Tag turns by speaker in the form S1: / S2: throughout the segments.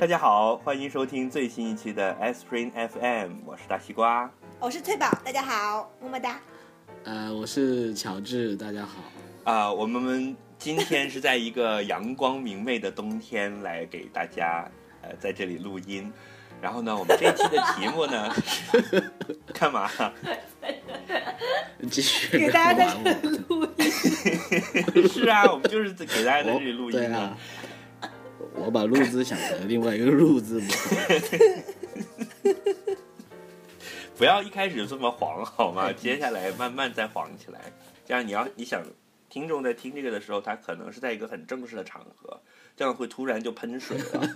S1: 大家好，欢迎收听最新一期的 S Spring FM，我是大西瓜。
S2: 我哦是翠宝，大家好，么么哒。
S3: 呃，我是乔治，大家好。
S1: 啊、我们今天是在一个阳光明媚的冬天来给大家呃在这里录音。然后呢，我们这一期的题目呢是 干嘛？
S3: 继续
S2: 给大家在
S3: 玩我。
S1: 是啊，我们就是给大家在这里录
S3: 对
S1: 音
S3: 啊。我把“路”字想成另外一个“路”字母，
S1: 不要一开始这么黄好吗？接下来慢慢再黄起来。这样你要你想，听众在听这个的时候，他可能是在一个很正式的场合，这样会突然就喷水了，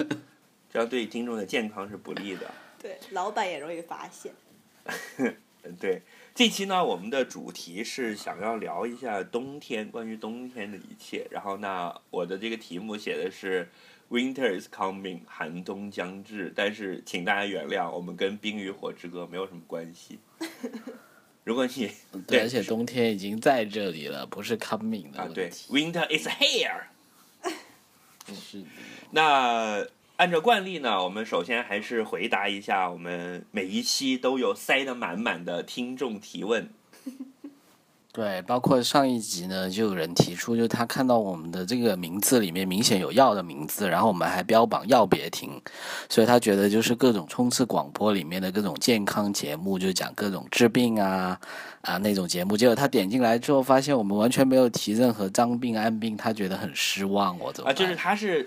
S1: 这样对听众的健康是不利的。
S2: 对，老板也容易发现。
S1: 嗯，对。这期呢，我们的主题是想要聊一下冬天，关于冬天的一切。然后呢，我的这个题目写的是 “Winter is coming”，寒冬将至。但是，请大家原谅，我们跟《冰与火之歌》没有什么关系。如果你
S3: 对，而且冬天已经在这里了，不是 coming 的
S1: 啊，
S3: 问
S1: 对
S3: 题。
S1: ，Winter is here。
S3: 是的，
S1: 那按照惯例呢，我们首先还是回答一下我们每一期都有塞得满满的听众提问。
S3: 对，包括上一集呢，就有人提出，就是他看到我们的这个名字里面明显有药的名字，然后我们还标榜药别停，所以他觉得就是各种冲刺广播里面的各种健康节目，就讲各种治病啊啊那种节目，结果他点进来之后发现我们完全没有提任何脏病暗病，他觉得很失望，我怎么
S1: 啊，就是
S3: 办
S1: 他是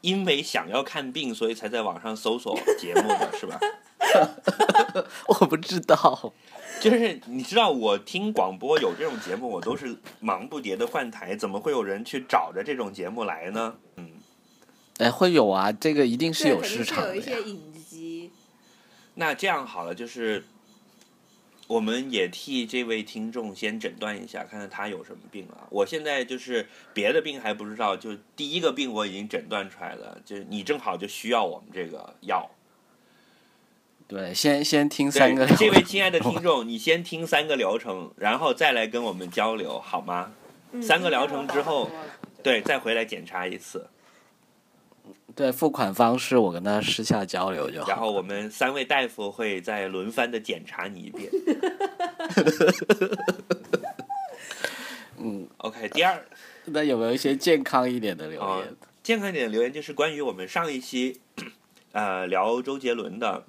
S1: 因为想要看病，所以才在网上搜索节目 的是吧？
S3: 我不知道，
S1: 就是你知道，我听广播有这种节目，我都是忙不迭的换台，怎么会有人去找着这种节目来呢？嗯，
S3: 哎，会有啊，这个一定是
S2: 对，
S3: 有
S2: 肯定是
S3: 市场
S2: 有
S3: 的
S2: 一
S3: 呀
S2: 些。影集，
S1: 那这样好了，就是我们也替这位听众先诊断一下，看看他有什么病啊。我现在就是别的病还不知道，就第一个病我已经诊断出来了，就是你正好就需要我们这个药。
S3: 对，先先听
S1: 对
S3: 三个聊。
S1: 这位亲爱的听众，你先听三个疗程，然后再来跟我们交流好吗？
S2: 嗯
S1: 三个疗程之后，对，再回来检查一次。
S3: 对付款方式，我跟他私下交流就好。
S1: 然后我们三位大夫会再轮番的检查你一 遍。
S3: 嗯
S1: ，OK，第二
S3: 那有没有一些健康一点的留
S1: 啊
S3: 言？
S1: 健康一点的留言就是关于我们上一期，呃，聊周杰伦的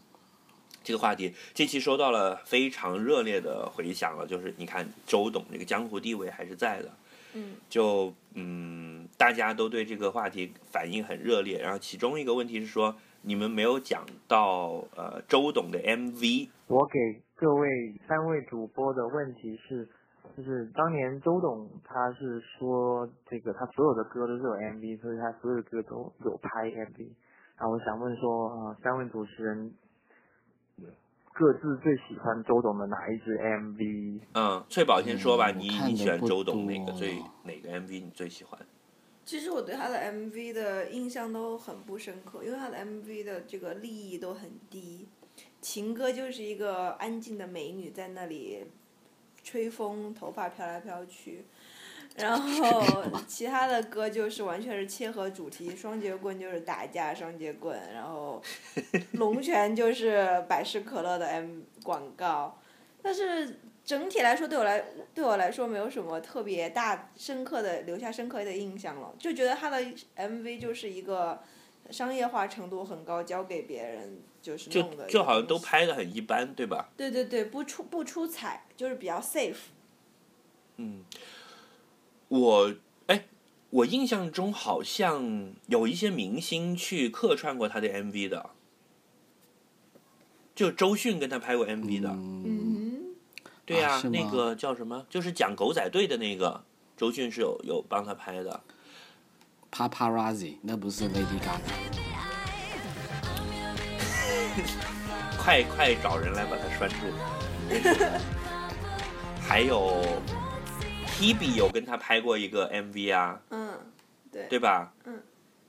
S1: 这个话题，这期收到了非常热烈的回响了，就是你看周董这个江湖地位还是在的，
S2: 嗯，
S1: 就嗯，大家都对这个话题反应很热烈，然后其中一个问题是说，你们没有讲到呃周董的 MV，
S4: 我给各位三位主播的问题是，就是当年周董他是说这个他所有的歌都是有 MV，所以他所有的歌都有拍 MV。然后我想问说啊、呃三位主持人各自最喜欢周董的哪一支 MV？
S1: 嗯，翠宝先说吧，
S3: 嗯
S1: 你
S3: 我看
S1: 你
S3: 得
S1: 喜欢
S3: 不
S1: 周董哪
S3: 多啊
S1: 个最哪个 MV 你最喜欢？
S2: 其实我对他的 MV 的印象都很不深刻，因为他的 MV 的这个利益都很低。情歌就是一个安静的美女在那里吹风，头发飘来飘去， 然后 其他的歌就是完全是切合主题，双节棍就是打架双节棍，然后龙泉就是百事可乐的 M 广告，但是整体来说对我来对我来说没有什么特别大深刻的留下深刻的印象了，就觉得他的 MV 就是一个商业化程度很高，交给别人就是
S1: 就
S2: 弄的一
S1: 就
S2: 个
S1: 好像都
S2: 东西
S1: 拍的很一般，对吧？
S2: 对对对，不出不出彩，就是比较 safe。
S1: 嗯，我哎，我印象中好像有一些明星去客串过他的 MV 的，就周迅跟他拍过 MV 的，
S3: 嗯，
S2: 嗯，
S1: 对呀、
S3: 啊是吗
S1: 那个叫什么，就是讲狗仔队的那个，周迅是有有帮他拍的，
S3: ，Paparazzi，那不是 Lady Gaga。
S1: 快快找人来把他拴住。 还有 Hebe 有跟他拍过一个 MV 啊，
S2: 嗯，对，
S1: 对吧？
S2: 嗯。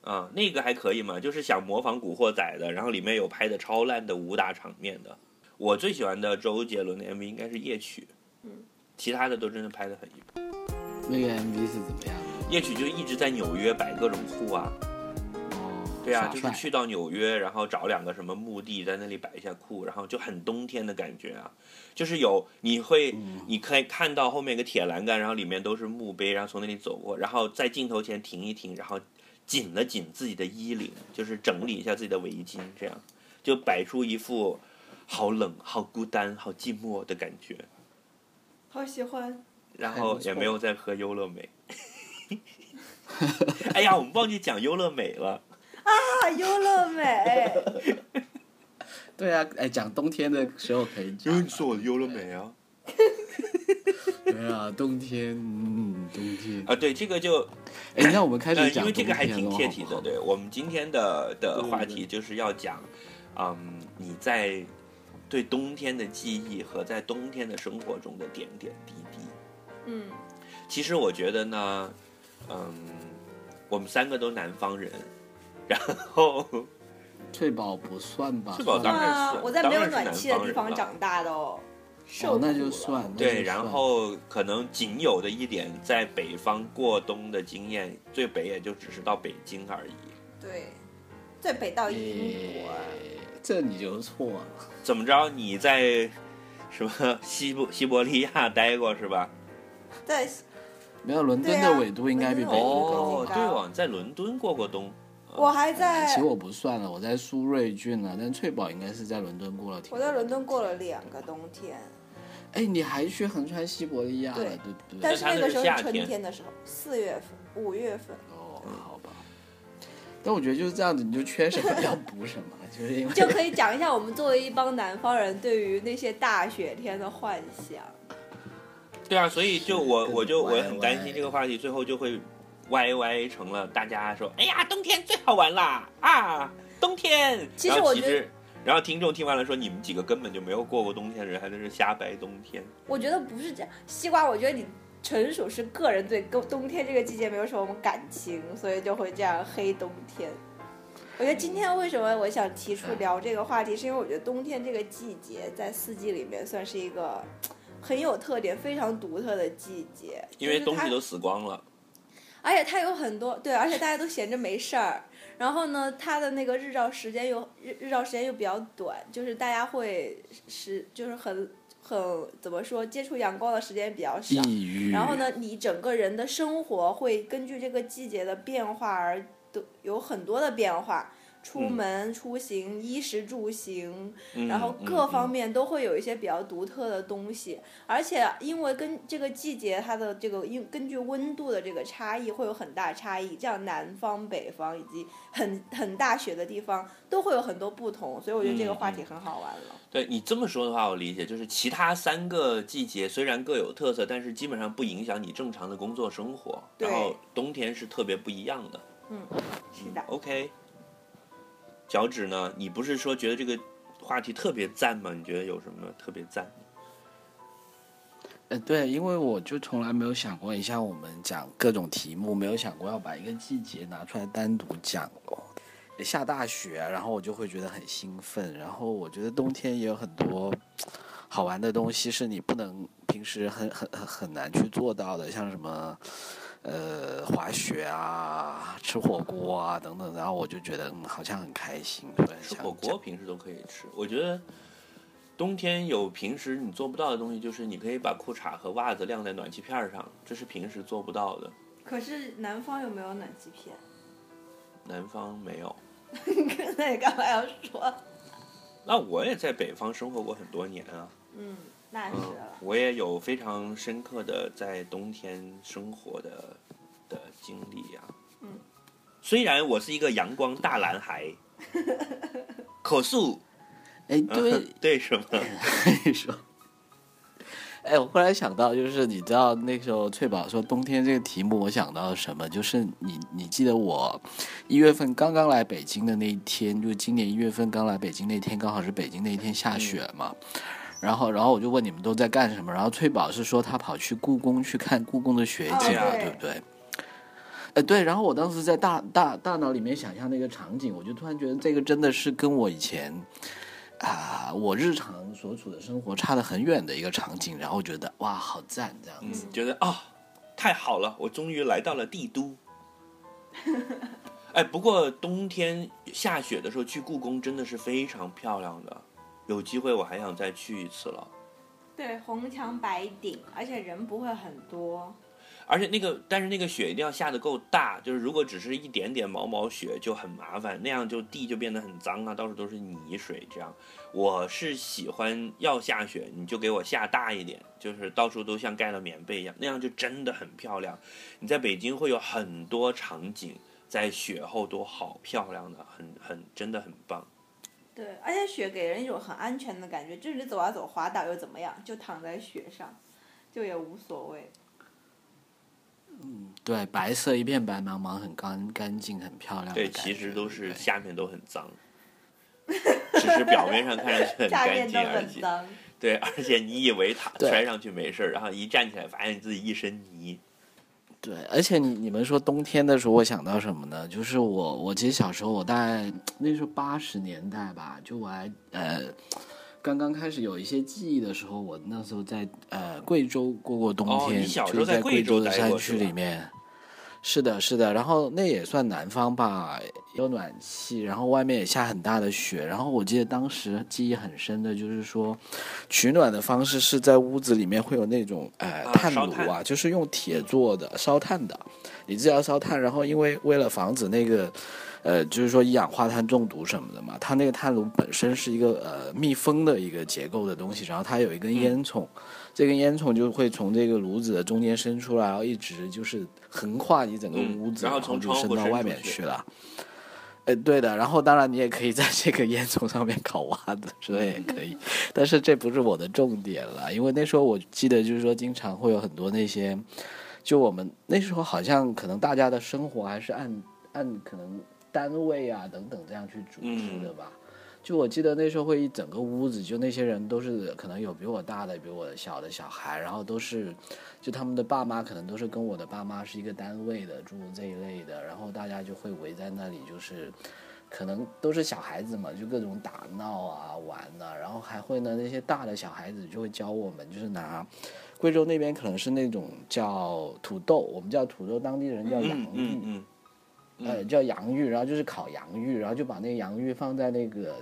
S1: 啊，那个还可以嘛，就是想模仿《古惑仔》的，然后里面有拍的超烂的武打场面的。我最喜欢的周杰伦的 MV 应该是《夜曲》，
S2: 嗯，
S1: 其他的都真的拍的很一般。
S3: 那个 MV 是怎么样的？
S1: 夜曲就一直在纽约摆各种户啊，
S3: 哦，
S1: 对啊，
S3: 耍
S1: 就是
S3: 帅。
S1: 去到纽约，然后找两个什么墓地，在那里摆一下酷，然后就很冬天的感觉啊。就是有你会，你可以看到后面一个铁栏杆，然后里面都是墓碑，然后从那里走过，然后在镜头前停一停，然后紧了紧自己的衣领，就是整理一下自己的围巾，这样就摆出一副好冷、好孤单、好寂寞的感觉。
S2: 好喜欢。
S1: 然
S3: 还
S1: 后
S3: 不
S1: 也
S3: 错
S1: 没有再喝优乐 美。哎呀，我们忘记讲优乐美了。
S2: 啊，优乐 美，
S3: 对啊，哎，讲冬天的时候可以讲啊。
S1: 说我的优乐美啊？嗯
S3: 对啊，冬天，嗯，冬天。
S1: 啊，对，这个就
S3: 哎，那我们开
S1: 呃，
S3: 始
S1: 因
S3: 讲
S1: 为这
S3: 冬天
S1: 个
S3: 了，
S1: 还挺贴题
S3: 好不
S1: 的。对
S3: 好
S1: 我们今天的的
S3: 对
S1: 话
S3: 对
S1: 题就是要讲，嗯，你在对冬天的记忆和在冬天的生活中的点点滴滴。
S2: 嗯，
S1: 其实我觉得呢，嗯，我们三个都南方人，然 后
S3: 翠宝不算吧？
S1: 翠宝
S3: 算
S1: 当然
S2: 哇
S3: 吧
S1: 是
S2: 我在没有
S1: 当然是
S2: 暖气的地
S1: 南方人
S2: 方
S1: 了
S2: 长大的哦，受
S3: 哦，那
S2: 苦
S3: 就
S2: 了
S3: 算。那就
S1: 对，然
S3: 算
S1: 后可能仅有的一点在北方过冬的经验，最北也就只是到北京而已。
S2: 对，最北到英国，啊
S3: 哎这你就错了。
S1: 怎么着？你在什么 西伯西伯利亚待过是吧？
S2: 在
S3: 没有，伦敦
S2: 对
S3: 的
S2: 啊
S3: 纬度应该比
S2: 伦敦的纬
S3: 北欧
S2: 度
S3: 高
S1: 哦
S2: 北京，
S1: 对哦，你在伦敦过过冬。
S2: 我还在
S3: 嗯其实我不算了，我在苏瑞郡了，但翠宝应该是在伦敦过了挺。
S2: 我在伦。敦过了两个冬天，
S3: 哎，你还去横穿西伯利亚了，
S2: 对
S3: 对不对？
S2: 但是
S1: 它
S2: 那
S1: 那
S2: 个
S1: 是
S2: 时候
S1: 夏
S2: 是春
S1: 天
S2: 天的时候，四月份、五月 份，
S3: 哦，好吧。但我觉得就是这样子，你就缺什么要补什么，就是因为
S2: 就可以讲一下我们作为一帮南方人对于那些大雪天的幻想。
S1: 对啊，所以就我
S3: 是
S1: 我就我
S3: 歪
S1: 很担
S3: 歪
S1: 心这个话题最后就会歪歪成了大家说，哎呀，冬天最好玩啦啊，冬天。
S2: 其实
S1: 然后
S2: 我
S1: 其
S2: 觉得
S1: 实，然后听众听完了说，你们几个根本就没有过过冬天的人，还在这瞎掰冬天。
S2: 我觉得不是这样，西瓜，我觉得你纯属是个人对冬冬天这个季节没有什么感情，所以就会这样黑冬天。我觉得今天为什么我想提出聊这个话题，是因为我觉得冬天这个季节在四季里面算是一个很有特点、非常独特的季节，
S1: 因为
S2: 就是
S1: 东
S2: 它
S1: 西都死光了。
S2: 而且它有很多对，而且大家都闲着没事儿。然后呢，它的那个日照时间又日日照时间又比较短，就是大家会时就是很很怎么说，接触阳光的时间比较少。
S3: 抑郁。
S2: 然后？呢，你整个人的生活会根据这个季节的变化而都有很多的变化，出
S1: 嗯
S2: 门、出行、衣食住行，
S1: 嗯、
S2: 然后
S1: 嗯
S2: 各方
S1: 嗯
S2: 面都会有一些比较独特的东西，而且因为跟这个季节它的这个因根据温度的这个差异会有很大差异，这样南方、北方以及很很大雪的地方都会有很多不同，所以我觉得这
S1: 嗯
S2: 个话题很好玩了。
S1: 对你这么说的话，我理解就是其他三个季节虽然各有特色，但是基本上不影响你正常的工作生活。
S2: 对
S1: 然后冬天是特别不一样的。
S2: 是的，
S1: OK，脚趾呢？你不是说觉得这个话题特别赞吗？你觉得有什么特别赞？
S3: 呃，对，因为我就从来没有想过，像我们讲各种题目，没有想过要把一个季节拿出来单独讲哦。下大雪，啊然后我就会觉得很兴奋。然后我觉得冬天也有很多好玩的东西，是你不能平时很很很很难去做到的，像什么呃滑雪啊、吃火锅啊等等。然后我就觉得嗯，好像很开心，所以很
S1: 吃
S3: 想
S1: 火
S3: 讲
S1: 锅平时都可以吃，我觉得。冬天有平时你做不到的东西，就是你可以把裤衩和袜子晾在暖气片儿上，这是平时做不到的。
S2: 可是南方有没有暖气片？
S1: 南方没有，
S2: 那你干嘛要说？
S1: 那我也在北方生活过很多年啊，
S2: 嗯，那是
S1: 嗯
S2: 了，。
S1: 我也有非常深刻的在冬天生活的的经历啊。
S2: 嗯，
S1: 虽然我是一个阳光大男孩，可是
S3: 哎，
S1: 嗯
S3: 对，
S1: 对什么？
S3: 你说。 哎，我忽然想到，就是你知道那时候翠宝说冬天这个题目，我想到了什么？就是你你记得我一月份刚刚来北京的那一天，就今年一月份刚来北京那天，刚好是北京那一天下雪嘛。然后，然后我就问你们都在干什么？然后翠宝是说她跑去故宫去看故宫的雪景嘛，
S1: 哦
S2: 对
S3: 对不对？呃，对。然后我当时在大大大脑里面想象那个场景，我就突然觉得这个真的是跟我以前啊、我日常所处的生活差得很远的一个场景，然后觉得哇，好赞这样
S1: 嗯
S3: 子。，
S1: 觉得啊、太好了，我终于来到了帝都。哎，不过冬天下雪的时候去故宫真的是非常漂亮的，有机会我还想再去一次了。
S2: 对，红墙白顶，而且人不会很多。
S1: 而且那个，但是那个雪一定要下的够大，就是如果只是一点点毛毛雪就很麻烦，那样就地就变得很脏啊，到处都是泥水这样。我是喜欢要下雪，你就给我下大一点，就是到处都像盖了棉被一样，那样就真的很漂亮。你在北京会有很多场景在雪后都好漂亮的，很很真的很棒。
S2: 对，而且雪给人一种很安全的感觉，就是你走啊走滑倒又怎么样，就躺在雪上，就也无所谓。
S3: 对，白色一片白茫茫，很干干净，很漂亮的
S1: 对，
S3: 感
S1: 其实
S3: 觉
S1: 都是
S3: 对
S1: 下面都很脏，只是表面上看上去很
S2: 下
S1: 干
S2: 面
S1: 净
S2: 都
S1: 而
S2: 很
S1: 已。
S2: 脏，
S1: 对，而且你以为他
S3: 对
S1: 摔上去没事儿，然后一站起来发现自己一身泥。
S3: 对，而且你你们说冬天的时候，我想到什么呢？就是我我其实小时候，我大概那时候八十年代吧，就我还呃刚刚开始有一些记忆的时候，我那时候在呃贵州过过冬
S1: 哦
S3: 天，
S1: 你小时候
S3: 就是
S1: 在
S3: 在
S1: 贵州
S3: 州的
S1: 待
S3: 山
S1: 过是
S3: 区里
S1: 吧
S3: 面。是的，是的，然后那也算南方吧，有暖气，然后外面也下很大的雪，然后我记得当时记忆很深的就是说，取暖的方式是在屋子里面会有那种呃
S1: 啊
S3: 炭
S1: 烧
S3: 炉
S1: 炭嗯
S3: 啊，就是用铁做的烧炭的，你自己要烧炭，然后因为为了防止那个，呃，就是说一氧化碳中毒什么的嘛，它那个炭炉本身是一个呃密封的一个结构的东西，然后它有一根烟囱，这根烟囱就会从这个炉子的中间伸出来，然后一直就是横跨你整个
S1: 嗯
S3: 屋子，
S1: 然后从
S3: 就
S1: 窗户
S3: 伸到
S1: 伸
S3: 外
S1: 出
S3: 面
S1: 去
S3: 去了。呃，对的，然后当然你也可以在这个烟囱上面烤袜子，所以也 可以，但是这不是我的重点了，因为那时候我记得就是说经常会有很多那些，就我们那时候好像可能大家的生活还是按按可能单位啊等等这样去组织的吧。就我记得那时候会一整个屋子，就那些人都是可能有比我大的、比我小的小孩，然后都是就他们的爸妈可能都是跟我的爸妈是一个单位的，诸如这一类的，然后大家就会围在那里，就是可能都是小孩子嘛，就各种打闹啊、玩呐、然后还会呢那些大的小孩子就会教我们，就是拿贵州那边可能是那种叫土豆，我们叫土豆，当地人叫洋芋
S1: 嗯。嗯嗯，
S3: 呃，叫洋芋，然后就是烤洋芋，然后就把那个洋芋放在那个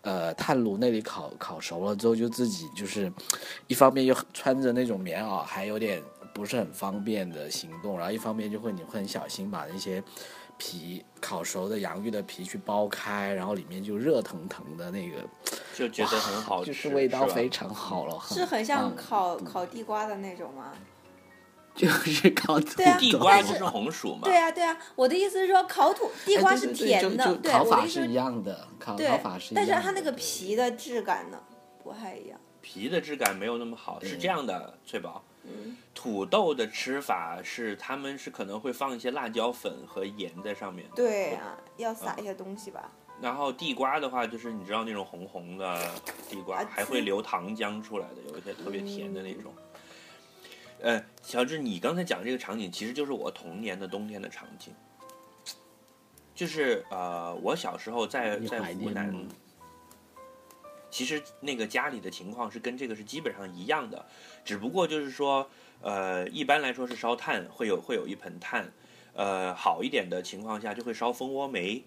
S3: 呃炭炉那里烤，烤熟了之后就自己就是一方面又穿着那种棉袄，还有点不是很方便的行动，然后一方面就会你会很小心把那些皮烤熟的洋芋的皮去剥开，然后里面就热腾腾的那个，
S1: 就觉得很好吃，
S3: 就是嗯味道
S1: 吧
S3: 非常好了，
S2: 是很像
S3: 棒
S2: 烤烤地瓜的那种吗？
S3: 就是烤土
S2: 对啊
S1: 地
S3: 豆
S1: 瓜
S2: 但
S1: 不
S2: 是
S1: 是红薯吗？
S2: 对啊对啊，我的意思是说烤土地
S3: 哎
S2: 瓜
S3: 对
S2: 是
S3: 对对
S2: 甜
S3: 就
S2: 的，
S3: 就
S2: 对
S3: 烤
S2: 我的
S3: 法
S2: 意思
S3: 是一
S2: 是
S3: 样的，烤
S2: 对
S3: 烤法是一
S2: 但
S3: 样的，
S2: 是它那个
S3: 对
S2: 皮的质感呢不太一样。
S1: 皮的质感没有那么好，是
S3: 嗯
S1: 这样的，翠宝。
S2: 嗯
S1: 土豆的吃法是，他们是可能会放一些辣椒粉和盐在上面。
S2: 对啊，要撒一些东西吧。
S1: 然后地瓜的话，就是你知道那种红红的地瓜，
S2: 啊
S1: 还会流糖浆出来的，有一些特别甜的那种。呃，乔治，你刚才讲这个场景，其实就是我童年的冬天的场景，就是呃，我小时候在
S3: 你
S1: 在
S3: 怀
S1: 湖
S3: 念
S1: 南
S3: 吗，
S1: 其实那个家里的情况是跟这个是基本上一样的，只不过就是说，呃，一般来说是烧炭，会有会有一盆炭，呃，好一点的情况下就会烧蜂窝煤，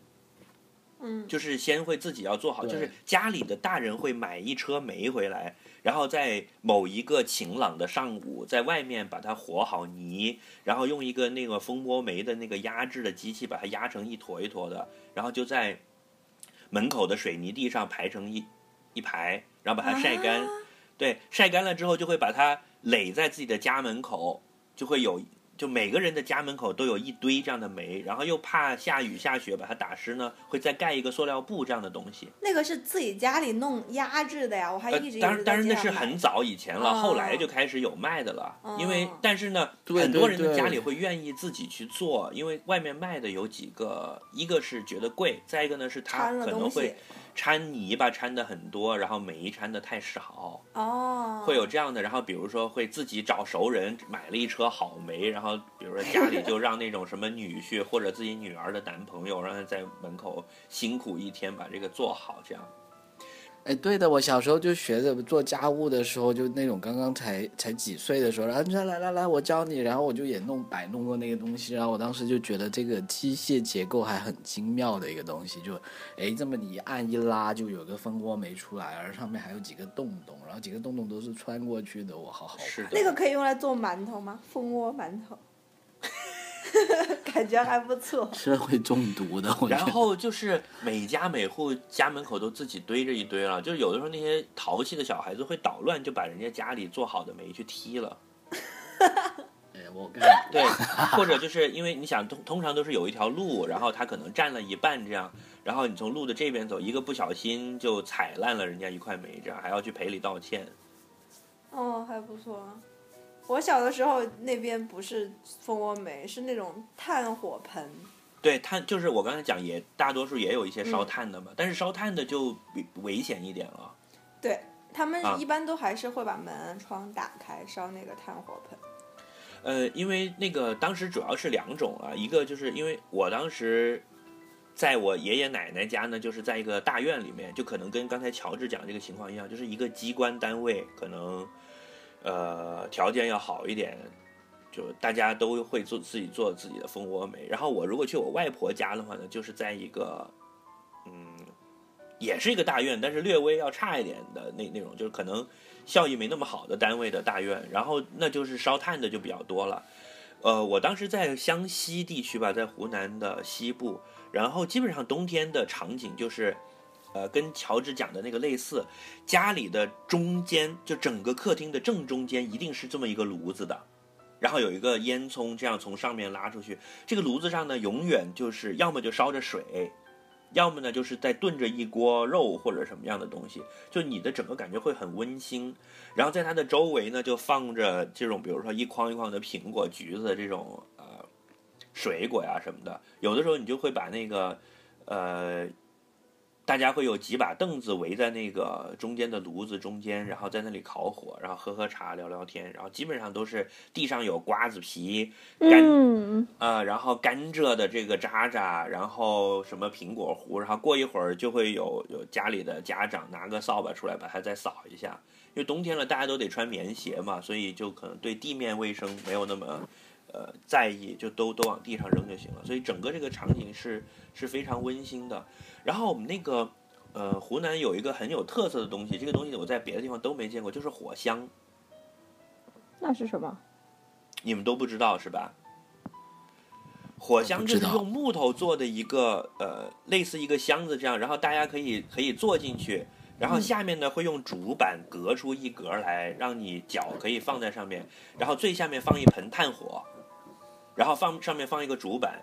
S2: 嗯，
S1: 就是先会自己要做好，
S3: 对
S1: 就是家里的大人会买一车煤回来，然后在某一个晴朗的上午，在外面把它和好泥，然后用一个那个蜂窝煤的那个压制的机器把它压成一坨一坨的，然后就在门口的水泥地上排成一一排，然后把它晒干。
S2: 啊
S1: 对，晒干了之后就会把它垒在自己的家门口，就会有，就每个人的家门口都有一堆这样的煤，然后又怕下雨下雪把它打湿呢，会再盖一个塑料布这样的东西。
S2: 那个是自己家里弄压制的呀，我还
S1: 呃
S2: 一直，
S1: 当
S2: 以为
S1: 然，当然
S2: 在
S1: 那
S2: 街
S1: 是
S2: 上买
S1: 很早以前了，
S2: 哦
S1: 后来就开始有卖的了。因为
S2: 哦，
S1: 但是呢，
S3: 对
S1: 很
S3: 对
S1: 多人的家
S3: 对
S1: 里会愿意自己去做，因为外面卖的有几个，一个是觉得贵，再一个呢是它
S2: 掺了
S1: 可
S2: 东
S1: 能
S2: 西
S1: 会掺泥巴掺的很多，然后煤掺的太少。
S2: 哦，
S1: 会有这样的，然后比如说会自己找熟人买了一车好煤，然后比如说家里就让那种什么女婿或者自己女儿的男朋友，让他在门口辛苦一天把这个做好，这样。
S3: 哎，对的，我小时候就学着做家务的时候，就那种刚刚才才几岁的时候，然后就说来来来，我教你，然后我就也弄摆弄过那个东西，然后我当时就觉得这个机械结构还很精妙的一个东西，就哎这么你一按一拉就有个蜂窝煤出来，而上面还有几个洞洞，然后几个洞洞都是穿过去的，我好好
S1: 是
S3: 玩
S1: 的
S2: 那个可以用来做馒头吗？蜂窝馒头，感觉还不错。
S3: 是会中毒的，我觉
S1: 然
S3: 得。
S1: 后就是每家每户家门口都自己堆着一堆了，就是有的时候那些淘气的小孩子会捣乱，就把人家家里做好的煤去踢了。
S3: 哎，我干。
S1: 对， 或者就是因为你想通通常都是有一条路，然后他可能占了一半这样，然后你从路的这边走，一个不小心就踩烂了人家一块煤，这样还要去赔礼道歉。
S2: 哦，还不错啊。我小的时候那边不是蜂窝煤，是那种炭火盆。
S1: 对炭就是我刚才讲也大多数也有一些烧炭的嘛，但是烧炭的就比危险一点了。
S2: 对他们
S1: 啊
S2: 一般都还是会把门窗打开烧那个炭火盆。
S1: 呃，因为那个当时主要是两种啊，一个就是因为我当时在我爷爷奶奶家呢，就是在一个大院里面，就可能跟刚才乔治讲这个情况一样，就是一个机关单位，可能呃条件要好一点，就大家都会做自己做自己的蜂窝煤。然后我如果去我外婆家的话呢，就是在一个嗯。也是一个大院，但是略微要差一点的那那种，就是可能效益没那么好的单位的大院，然后那就是烧炭的就比较多了。呃，我当时在湘西地区吧，在湖南的西部，然后基本上冬天的场景就是，呃，跟乔治讲的那个类似，家里的中间就整个客厅的正中间一定是这么一个炉子的，然后有一个烟囱这样从上面拉出去，这个炉子上呢永远就是要么就烧着水。要么呢，就是在炖着一锅肉或者什么样的东西，就你的整个感觉会很温馨。然后在它的周围呢，就放着这种，比如说一筐一筐的苹果、橘子这种呃水果呀什么的。有的时候你就会把那个呃，大家会有几把凳子围在那个中间的炉子中间，然后在那里烤火，然后喝喝茶、聊聊天，然后基本上都是地上有瓜子皮、干
S2: 嗯，
S1: 呃，然后甘蔗的这个渣渣，然后什么苹果核，然后过一会儿就会有有家里的家长拿个扫把出来把它再扫一下，因为冬天了，大家都得穿棉鞋嘛，所以就可能对地面卫生没有那么呃在意，就都都往地上扔就行了。所以整个这个场景是是非常温馨的。然后我们那个呃湖南有一个很有特色的东西，这个东西我在别的地方都没见过，就是火香，
S2: 那是什么？
S1: 你们都不知道是吧？火箱就是
S3: 我不知道
S1: 用木头做的一个呃，类似一个箱子这样，然后大家可以可以坐进去，然后下面呢会用主板隔出一格来，让你脚可以放在上面，然后最下面放一盆炭火，然后放上面放一个主板，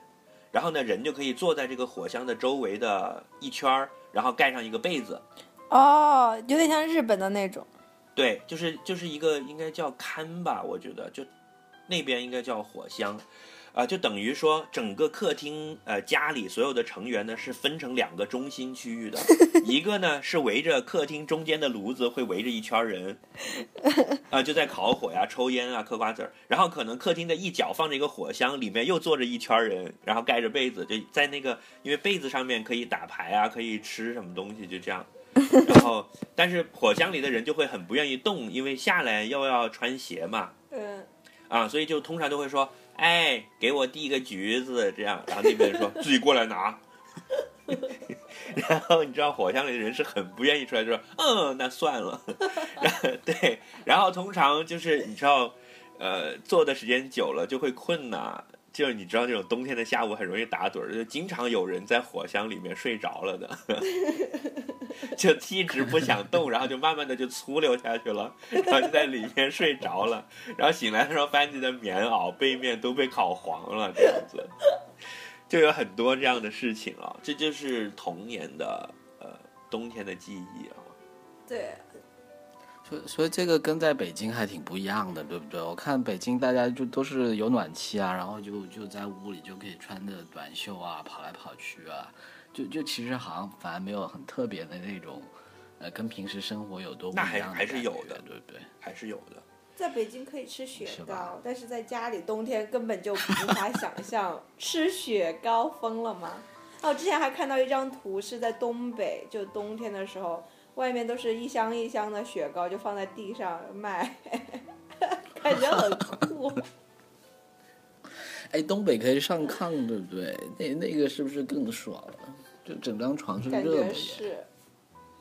S1: 然后呢人就可以坐在这个火箱的周围的一圈儿，然后盖上一个被子，
S2: 哦，有点像日本的那种。
S1: 对，就是就是一个应该叫龛吧，我觉得就那边应该叫火箱，啊、就等于说整个客厅呃家里所有的成员呢是分成两个中心区域的，一个呢是围着客厅中间的炉子会围着一圈儿人，啊、就在烤火呀、抽烟啊、嗑瓜子儿，然后可能客厅的一角放着一个火箱，里面又坐着一圈儿人，然后盖着被子，就在那个因为被子上面可以打牌啊，可以吃什么东西，就这样。然后，但是火箱里的人就会很不愿意动，因为下来又要穿鞋嘛，
S2: 嗯，
S1: 啊，所以就通常都会说，哎，给我递一个橘子这样，然后那边说自己过来拿。 然后你知道火箱里的人是很不愿意出来，就说嗯，那算了。然后对，然后通常就是你知道，呃，坐的时间久了就会困呐。就是你知道那种冬天的下午很容易打盹儿，就经常有人在火箱里面睡着了的， 就一直不想动，然后就慢慢的就粗溜下去了，然后就在里面睡着了。然后醒来的时候，发现自己的棉袄背面都被烤黄了，这样子，就有很多这样的事情啊。这就是童年的呃冬天的记忆啊。
S2: 对，
S3: 所以所以这个跟在北京还挺不一样的，对不对？我看北京大家就都是有暖气啊，然后就就在屋里就可以穿着短袖啊跑来跑去啊，就就其实好像反而没有很特别的那种，呃，跟平时生活有多不一
S1: 那
S3: 样
S1: 还
S3: 的感觉
S1: 还是有的
S3: 对不对？
S1: 还是有的。
S2: 在北京可以吃雪
S3: 是吧
S2: 糕，但是在家里冬天根本就无法想 象吃雪糕疯了吗？哦，之前还看到一张图是在东北，就冬天的时候，外面都是一箱一箱的雪糕，就放在地上卖， 感觉很 酷。
S3: 哎，东北可以上炕，对不对？那那个是不是更爽了？就整张床是
S2: 感
S3: 热
S2: 觉
S3: 的耶。
S2: 是，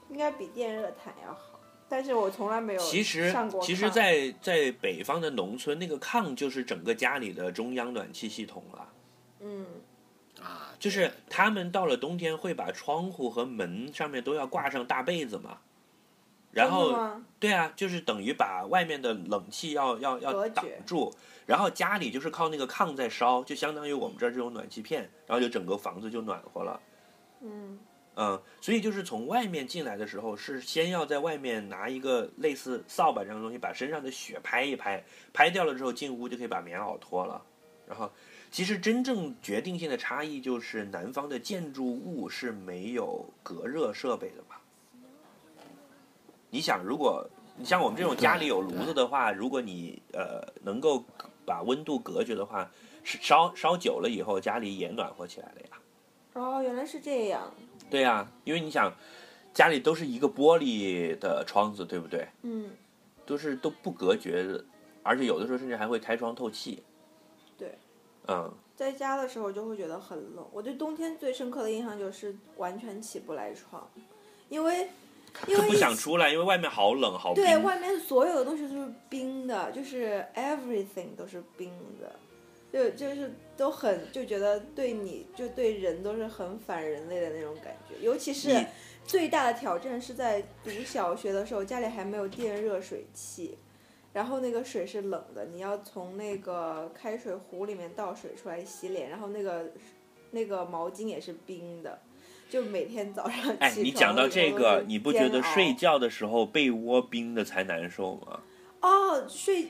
S2: 应该比电热毯要好，但是我从来没有
S1: 其实
S2: 上过，炕
S1: 其实在，在北方的农村，那个炕就是整个家里的中央暖气系统了。
S2: 嗯，
S3: 啊，
S1: 就是他们到了冬天会把窗户和门上面都要挂上大被子嘛，然
S2: 真的
S1: 后
S2: 吗
S1: 对啊，就是等于把外面的冷气要要要
S2: 隔绝
S1: 挡住，然后家里就是靠那个炕在烧，就相当于我们这儿这种暖气片，然后就整个房子就暖和了。
S2: 嗯，
S1: 嗯，所以就是从外面进来的时候，是先要在外面拿一个类似扫把这样的东西，把身上的雪拍一拍，拍掉了之后进屋就可以把棉袄脱了。然后，其实真正决定性的差异就是南方的建筑物是没有隔热设备的吧？你想，如果你像我们这种家里有炉子的话，如果你呃能够把温度隔绝的话，是烧烧久了以后家里也暖和起来了呀。
S2: 哦，原来是这样，
S1: 对呀、因为你想，家里都是一个玻璃的窗子，对不对？
S2: 嗯，
S1: 都是都不隔绝的，而且有的时候甚至还会开窗透气。
S2: 对。
S1: 嗯，
S2: 在家的时候就会觉得很冷。我对冬天最深刻的印象就是完全起不来床，因为因
S1: 就
S2: 为
S1: 不
S2: 一
S1: 想出来，因为外面好冷好冰。
S2: 对，外面所有的东西都是冰的，就是 everything 都是冰的，就就是都很就觉得对你就对人都是很反人类的那种感觉，尤其是
S1: 你
S2: 最大的挑战是在读小学的时候，家里还没有电热水器，然后那个水是冷的，你要从那个开水壶里面倒水出来洗脸，然后那个那个毛巾也是冰的。就每天早上起床的
S1: 哎，
S2: 时候都是煎熬，
S1: 你讲到这个，你不觉得睡觉的时候被窝冰的才难受吗？
S2: 哦，睡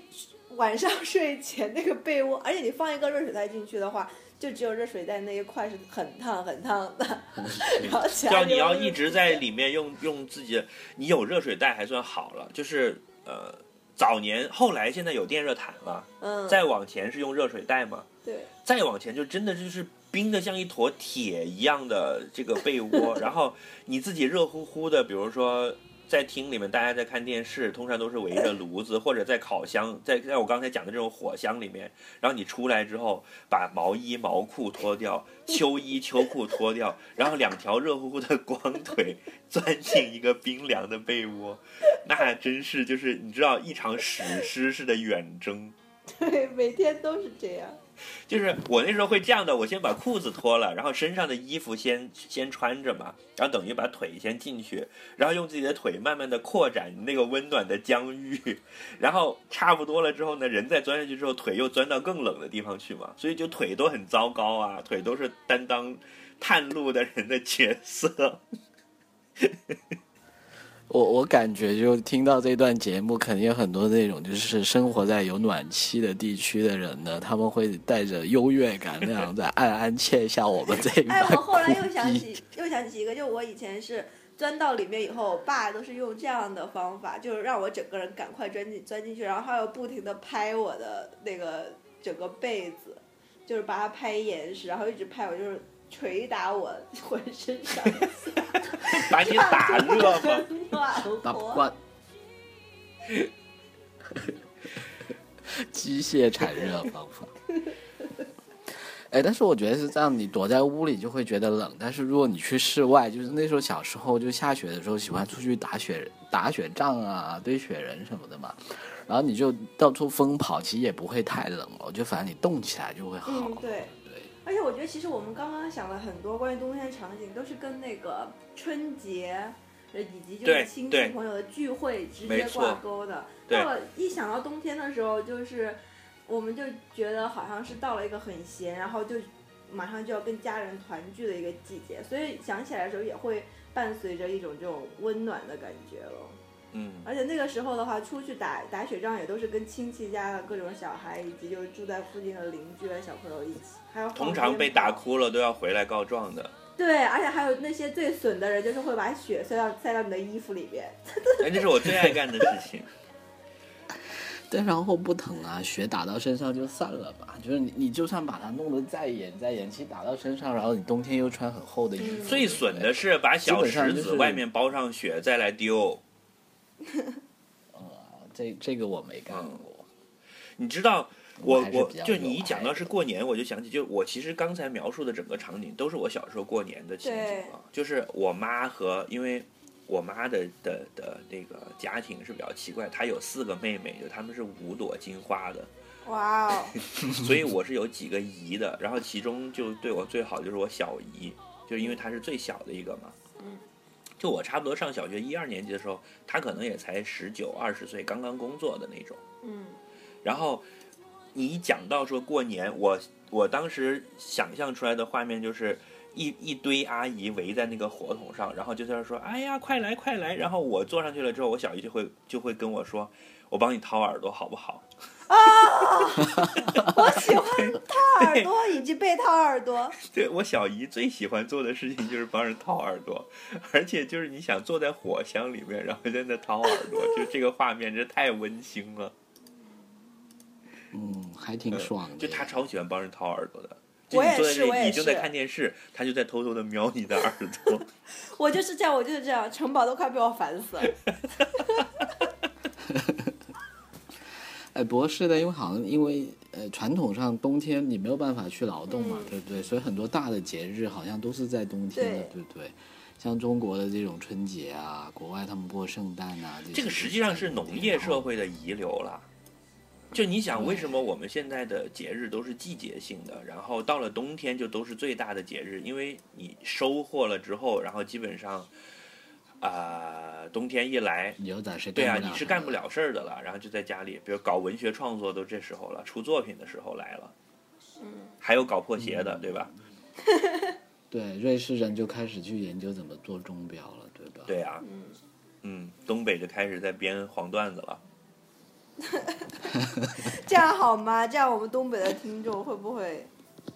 S2: 晚上 睡前那个被窝，而且你放一个热水袋进去的话，就只有热水袋那一块是很烫很烫的， 然后其他
S1: 叫
S2: 地
S1: 你
S2: 方
S1: 要
S2: 就
S1: 一直在里面用用自己的，你有热水袋还算好了，就是呃，早年后来现在有电热毯了，
S2: 嗯，
S1: 再往前是用热水袋嘛，
S2: 对，
S1: 再往前就真的就是冰的像一坨铁一样的这个被窝，然后你自己热乎乎的，比如说。在厅里面，大家在看电视，通常都是围着炉子，或者在烤箱，在在我刚才讲的这种火箱里面。然后你出来之后，把毛衣、毛裤脱掉，秋衣、秋裤脱掉， 然后两条热乎乎的光腿钻进一个冰凉的被窝，那真是就是你知道一场史诗式的远征。
S2: 对，每天都是这样。
S1: 就是我那时候会这样的，我先把裤子脱了，然后身上的衣服先先穿着嘛，然后等于把腿先进去，然后用自己的腿慢慢的扩展那个温暖的疆域，然后差不多了之后呢，人再钻下去之后，腿又钻到更冷的地方去嘛，所以就腿都很糟糕啊，腿都是担当探路的人的角色。
S3: 我我感觉就听到这段节目，肯定有很多那种就是生活在有暖气的地区的人呢，他们会带着优越感那样在暗暗窃笑我们这一
S2: 哎，
S3: 班
S2: 我后来又
S3: 苦
S2: 想
S3: 逼
S2: 起，又想起一个，就我以前是钻到里面以后，我爸都是用这样的方法，就是让我整个人赶快钻进钻进去，然后他又不停的拍我的那个整个被子，就是把它拍严实，然后一直拍我，就是捶打我 浑身上下，
S1: 把你打热吗？
S2: 很暖
S3: 打
S2: 和。
S3: 关， 机械产热方法。哎，但是我觉得是这样，你躲在屋里就会觉得冷，但是如果你去室外，就是那时候小时候就下雪的时候喜欢出去打雪打雪仗啊、堆雪人什么的嘛，然后你就到处疯跑，其实也不会太冷了，就反正你动起来就会好。
S2: 嗯，对。而且我觉得，其实我们刚刚想了很多关于冬天的场景，都是跟那个春节，呃，以及就
S1: 对
S2: 是亲戚
S1: 对
S2: 朋友的聚会直
S1: 没
S2: 接
S1: 错
S2: 挂钩的。
S1: 对
S2: 到了一想到冬天的时候，就是我们就觉得好像是到了一个很闲，然后就马上就要跟家人团聚的一个季节，所以想起来的时候也会伴随着一种这种温暖的感觉了。
S1: 嗯，
S2: 而且那个时候的话，出去打打雪仗也都是跟亲戚家的各种小孩，以及就是住在附近的邻居的小朋友一起，还有放
S1: 通常被
S2: 鞭
S1: 打。
S2: 炮
S1: 哭了都要回来告状的。
S2: 对，而且还有那些最损的人，就是会把雪塞到塞到你的衣服里边。
S1: 哎，这是我最爱干的事情。
S3: 再然后不疼啊，血打到身上就散了吧。就是你，你就算把它弄得再严再严，其实打到身上，然后你冬天又穿很厚的衣服，
S1: 最损的是把小石子外面包上雪再来丢。
S3: 嗯这这个我没干
S1: 嗯
S3: 过。
S1: 你知道，我
S3: 我还是
S1: 我
S3: 比较
S1: 就你一
S3: 有爱
S1: 讲到是过年，我就想起，就我其实刚才描述的整个场景都是我小时候过年的情景
S2: 对
S1: 啊，就是我妈和因为我妈的的的那个家庭是比较奇怪，她有四个妹妹，就她们是五朵金花的，
S2: 哇 哦，
S1: 所以我是有几个姨的，然后其中就对我最好就是我小姨，就因为她是最小的一个嘛。
S2: 嗯。
S1: 就我差不多上小学一二年级的时候，她可能也才十九二十岁，刚刚工作的那种。
S2: 嗯，
S1: 然后你一讲到说过年，我我当时想象出来的画面就是一一堆阿姨围在那个火桶上，然后就在那说：“哎呀，快来快来！”然后我坐上去了之后，我小姨就会就会跟我说：“我帮你掏耳朵好不好
S2: 我喜欢掏 耳朵以及被掏耳朵，？”
S1: 对我小姨最喜欢做的事情就是帮人掏耳朵，而且就是你想坐在火箱里面，然后在那掏耳朵，就这个画面真太温馨了。
S3: 嗯，还挺爽的。
S1: 呃就他超喜欢帮人掏耳朵的。就
S2: 我
S1: 你
S2: 也
S1: 坐在
S2: 是
S1: 这
S2: 我
S1: 里，
S2: 也
S1: 你正在
S2: 是
S1: 看电视，他就在偷偷的瞄你的耳 朵。
S2: 我就是这样，我就是这样，城堡都快被我烦死了。
S3: 哎，不过是的，因为好像因为呃传统上冬天你没有办法去劳动嘛，
S2: 嗯
S3: 对不对？所以很多大的节日好像都是在冬天的，对
S2: 对
S3: 不对？像中国的这种春节啊，国外他们过圣诞啊，这
S1: 这个
S3: 些
S1: 实
S3: 都
S1: 际上
S3: 在
S1: 是
S3: 冬
S1: 农
S3: 天
S1: 业
S3: 然后
S1: 社会的遗留了。就你想，
S3: 对
S1: 为什么我们现在的节日都是季节性的，然后到了冬天就都是最大的节日，因为你收获了之后，然后基本上，啊、冬天一来，
S3: 牛仔是
S1: 对啊，
S3: 不
S1: 你
S3: 了
S1: 是
S3: 什
S1: 干
S3: 么
S1: 不
S3: 的
S1: 了事儿的了，然后就在家里，比如搞文学创作都这时候了，出作品的时候来了，
S2: 嗯，
S1: 还有搞破鞋的，对吧？
S3: 对，瑞士人就开始去研究怎么做钟表了，对吧？
S1: 对呀、
S2: 嗯
S1: 嗯，东北就开始在编黄段子了。
S2: 这样好吗？这样我们东北的听众会不会？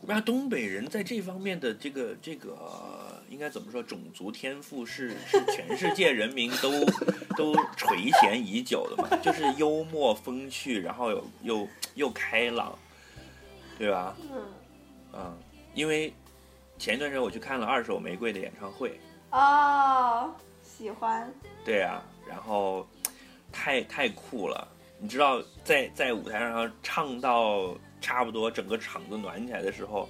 S1: 那东北人在这方面的这个这个呃应该怎么说？种族天赋是是全世界人民都都垂涎已久的嘛，就是幽默风趣，然后又又又开朗，对吧？
S2: 嗯
S1: 嗯，因为前一段时间我去看了二手玫瑰的演唱会，
S2: 哦，喜欢，
S1: 对啊，然后太太酷了，你知道在在舞台上唱到差不多整个场子暖起来的时候，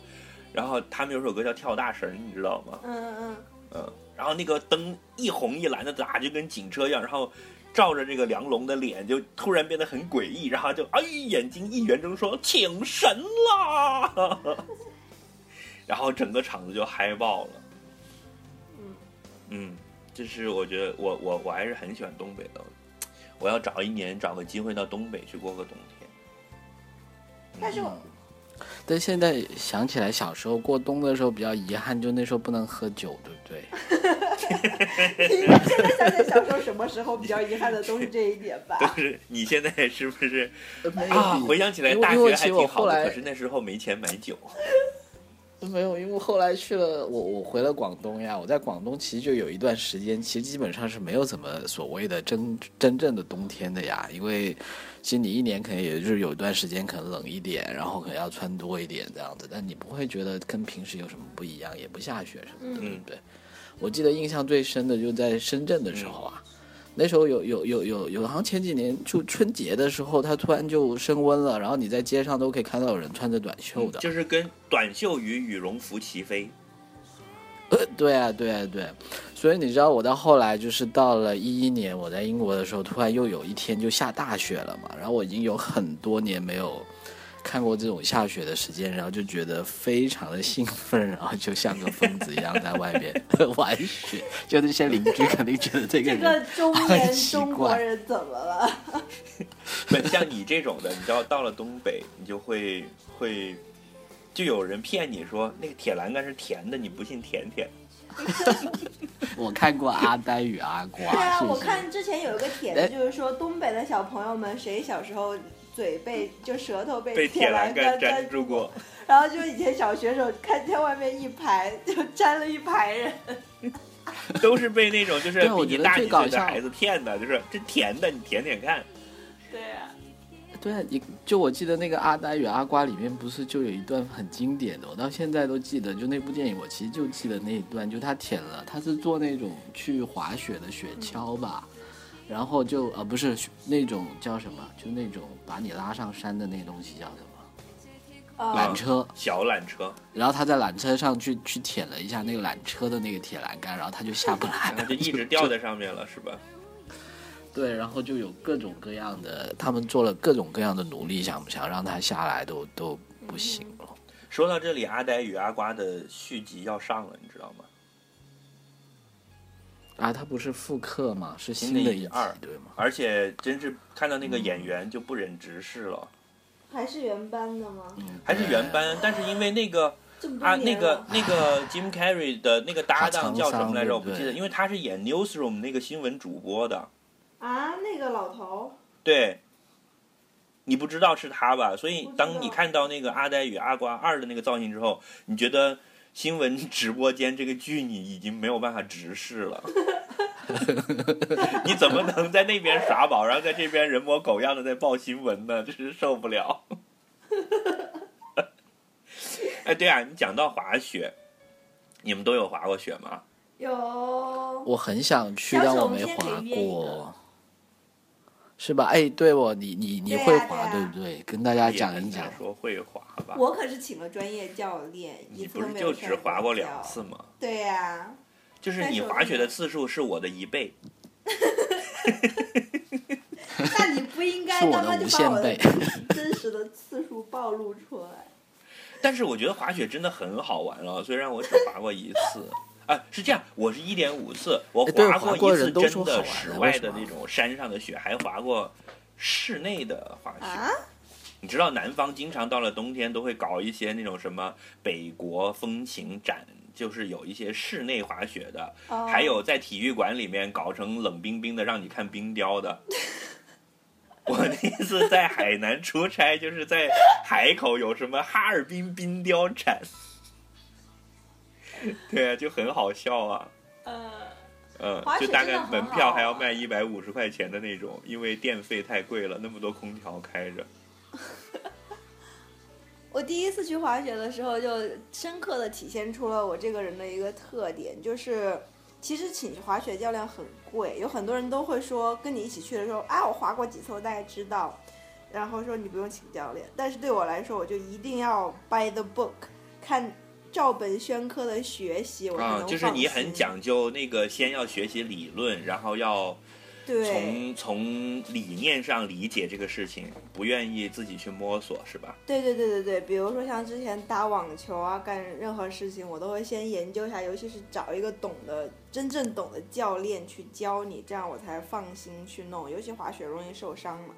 S1: 然后他们有首歌叫《跳大神》，你知道吗？
S2: 嗯嗯
S1: 嗯，然后那个灯一红一蓝的打，就跟警车一样，然后照着这个梁龙的脸，就突然变得很诡异，然后就哎眼睛一圆睁说请神啦， 然后整个场子就嗨爆了。
S2: 嗯，
S1: 嗯，这是我觉得我我我还是很喜欢东北的，我要找一年找个机会到东北去过个冬天。
S2: 但是我
S3: 但现在想起来，小时候过冬的时候比较遗憾，就那时候不能喝酒，对不对？
S2: 应该现在想想小时候什么时候比较遗憾的都是这一点吧。
S1: 但是你现在是不是
S3: 没有
S1: 啊？
S3: 比
S1: 回想起来，
S3: 哎因为
S1: 大
S3: 因为
S1: 学
S3: 其
S1: 还
S3: 实我
S1: 挺好
S3: 后
S1: 的，
S3: 来
S1: 可是那时候没钱买酒。
S3: 没有，因为后来去了我，我回了广东呀。我在广东其实就有一段时间，其实基本上是没有怎么所谓的真真正的冬天的呀。因为其实你一年可能也就是有一段时间可能冷一点，然后可能要穿多一点这样子，但你不会觉得跟平时有什么不一样，也不下雪什么的，
S1: 嗯
S3: 对不对？我记得印象最深的就在深圳的时候啊，那时候有有有有有，好像前几年就春节的时候，它突然就升温了，然后你在街上都可以看到有人穿着短袖的，
S1: 嗯就是跟短袖与羽绒服齐飞。
S3: 对啊，对啊，对啊，所以你知道我到后来就是到了一一年我在英国的时候，突然又有一天就下大雪了嘛，然后我已经有很多年没有看过这种下雪的时间，然后就觉得非常的兴奋，然后就像个疯子一样在外面 玩雪，就那些邻居肯定觉得这个
S2: 这
S3: 人
S2: 个中年
S3: 很奇
S2: 中国
S3: 怪
S2: 人怎么了？
S1: 不像你这种的，你知道到了东北，你就会会就有人骗你说那个铁栏杆是甜的，你不信舔舔。
S3: 我看过阿呆与阿瓜，
S2: 对啊，
S3: 是不
S2: 我
S3: 是？
S2: 看之前有一个帖
S3: 哎
S2: 子，就是说东北的小朋友们谁小时候嘴被就舌头
S1: 被
S2: 被
S1: 哎铁栏
S2: 栏
S1: 杆
S2: 杆
S1: 粘，住过，
S2: 然后就以前小学时候看见外面一排就粘了一排人，
S1: 都是被那种就是
S3: 对
S1: 比
S3: 我
S1: 你
S3: 觉得
S1: 大
S3: 最
S1: 几
S3: 搞
S1: 岁的
S3: 笑
S1: 孩子骗的，就是这甜的，你舔舔看。
S2: 对啊，
S3: 对啊，你就我记得那个《阿呆与阿瓜》里面不是就有一段很经典的，我到现在都记得。就那部电影，我其实就记得那一段，就他舔了，他是坐那种去滑雪的雪橇吧，然后就呃不是那种叫什么，就那种把你拉上山的那东西叫什么
S2: 啊
S3: 缆车，
S1: 小缆车，
S3: 然后他在缆车上去去舔了一下那个缆车的那个铁栏杆，然后他就下不来
S1: 然后
S3: 了，
S1: 就一直掉在上面了，是吧？
S3: 对，然后就有各种各样的，他们做了各种各样的努力，想想让他下来都都不行了。
S1: 说到这里，《阿呆与阿瓜》的续集要上了，你知道吗？
S3: 啊，它不是复刻吗？是
S1: 新
S3: 新
S1: 的
S3: 的
S1: 一
S3: 一
S1: 二
S3: 季对吗？
S1: 而且真是看到那
S3: 嗯
S1: 个演员就不忍直视了，
S2: 还是原班的吗？
S1: 嗯还是原
S3: 嗯
S1: 班，但是因为那个
S2: 这么
S1: 啊，
S2: 多
S1: 那
S2: 年
S1: 个
S2: 了，
S1: 那个 Jim Carrey 的那个搭档叫什么来着？我
S3: 好沧桑
S1: 不记
S3: 对
S1: 得，
S3: 不对
S1: 因为他是演 Newsroom 那个新闻主播的，
S2: 啊，那个老头
S1: 对，你不知道是他吧？所以
S2: 不知道
S1: 当你看到那个《阿呆与阿瓜二》的那个造型之后，你觉得新闻 直播间这个剧你已经没有办法直视 了。你怎么能在那边耍宝，然后在这边人模狗样的在报新闻呢？真是受不了。 哎，对啊，你讲到滑雪，你们都有滑过雪吗？
S2: 有
S3: 我很想去，
S2: 下次
S3: 但
S2: 我们
S3: 没
S2: 先
S3: 滑
S2: 给约一
S3: 过
S2: 个，
S3: 是吧？哎，对哦，你你你
S2: 对呀
S3: 会滑
S2: 对
S3: 对
S2: 呀
S3: 不对？跟大家啊讲一
S1: 也很
S3: 讲
S1: 难。说会滑吧？
S2: 我可是请了专业教练，
S1: 你
S2: 一次
S1: 不
S2: 都
S1: 是
S2: 没
S1: 就
S2: 有
S1: 只
S2: 摔
S1: 滑过两
S2: 跤
S1: 次？吗？
S2: 对啊呀、
S1: 就是你滑雪的次数是我的一倍，
S2: 那你不应该
S3: 是我的
S2: 刚刚就
S3: 无
S2: 把
S3: 限
S2: 我的
S3: 倍
S2: 真实 真实的次数暴露出来。
S1: 但是我觉得滑雪真的很好玩了，虽然我只滑过一次。啊，是这样，我是一点五次，我
S3: 哎对
S1: 过
S3: 滑过
S1: 一
S3: 的
S1: 次
S3: 人都
S1: 真
S3: 说好
S1: 的
S3: 玩
S1: 室
S3: 为
S1: 外
S3: 什
S1: 的
S3: 么啊
S1: 那种山上的雪，还滑过室内的滑雪。
S2: 啊？
S1: 你知道南方经常到了冬天都会搞一些那种什么北国风情展，就是有一些室内滑雪的，
S2: 哦
S1: 还有在体育馆里面搞成冷冰冰的，让你看冰雕的。我那次在海南出差，就是在海口有什么哈尔滨冰雕展，对啊，就很好笑啊。
S2: 呃，
S1: 嗯
S2: 滑，雪
S1: 就大
S2: 真的
S1: 概
S2: 很
S1: 门
S2: 好
S1: 票
S2: 啊
S1: 还要卖一百五十块钱的那种，因为电费太贵了，那么多空调开着。
S2: 我第一次去滑雪的时候，就深刻的体现出了我这个人的一个特点，就是其实请滑雪教练很贵，有很多人都会说跟你一起去的时候，啊，我滑过几次，我大概知道，然后说你不用请教练，但是对我来说，我就一定要 by the book，看照本宣科的学习，我才能
S1: 啊，
S2: 放
S1: 就是你很
S2: 心
S1: 讲究那个，先要学习理论，然后要
S2: 对
S1: 从从理念上理解这个事情，不愿意自己去摸索，是吧？
S2: 对对对对对，比如说像之前打网球啊，干任何事情我都会先研究一下，尤其是找一个懂的、真正懂的教练去教你，这样我才放心去弄。尤其滑雪容易受伤嘛，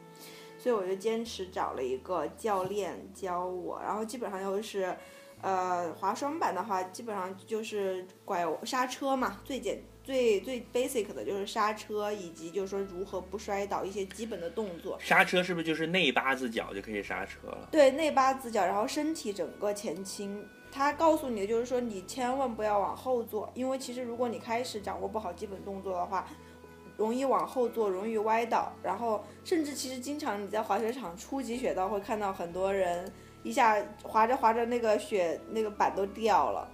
S2: 所以我就坚持找了一个教练教我，然后基本上就是。呃，滑双板的话，基本上就是拐刹车嘛，最简最最 basic 的就是刹车，以及就是说如何不摔倒一些基本的动作。
S1: 刹车是不是就是内八字脚就可以刹车了？
S2: 对内八字脚，然后身体整个前倾。他告诉你的就是说，你千万不要往后坐，因为其实如果你开始掌握不好基本动作的话，容易往后坐，容易歪倒，然后甚至其实经常你在滑雪场初级雪道会看到很多人一下滑着滑着那个雪那个板都掉了，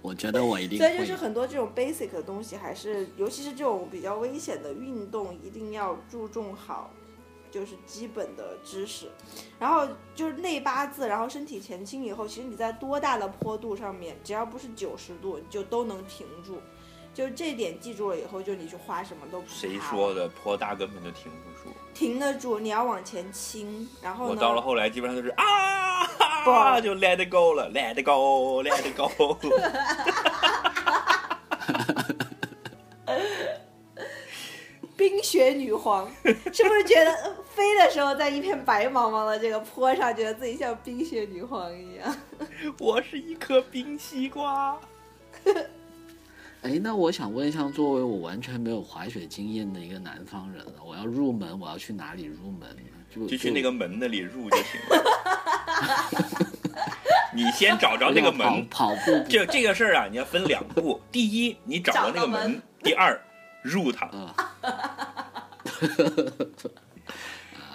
S3: 我觉得我一定
S2: 所以就
S3: 会
S2: 是。很多这种 basic 的东西，还是尤其是这种比较危险的运动，一定要注重好，就是基本的知识。然后就是内八字，然后身体前倾以后，其实你在多大的坡度上面，只要不是九十度，你就都能停住。就这点记住了以后，就你去花什么都不怕
S1: 谁说的？坡大根本就停不住。
S2: 停得住？你要往前倾，然后呢？
S1: 我到了后来基本上 就是啊，
S2: 不
S1: 就 let it go 了，let it go，let it go。
S2: 冰雪女皇， 是不是觉得呃飞的时候在一片白茫茫的这个坡上，觉得自己像冰雪女皇一样？
S1: 我是一颗冰西瓜。
S3: 哎，那我想问一下，作为我完全没有滑雪经验的一个南方人了，我要入门，我要去哪里入门呢？就
S1: 就去那个门那里入就行了。你先找着
S3: 我
S1: 那个
S3: 想跑
S1: 门，
S3: 跑步不
S1: 这这个事儿啊，你要分两步。第一，你找着那个
S2: 找到
S1: 门
S2: 门；
S3: 呃
S1: 第二，入它。
S3: 啊。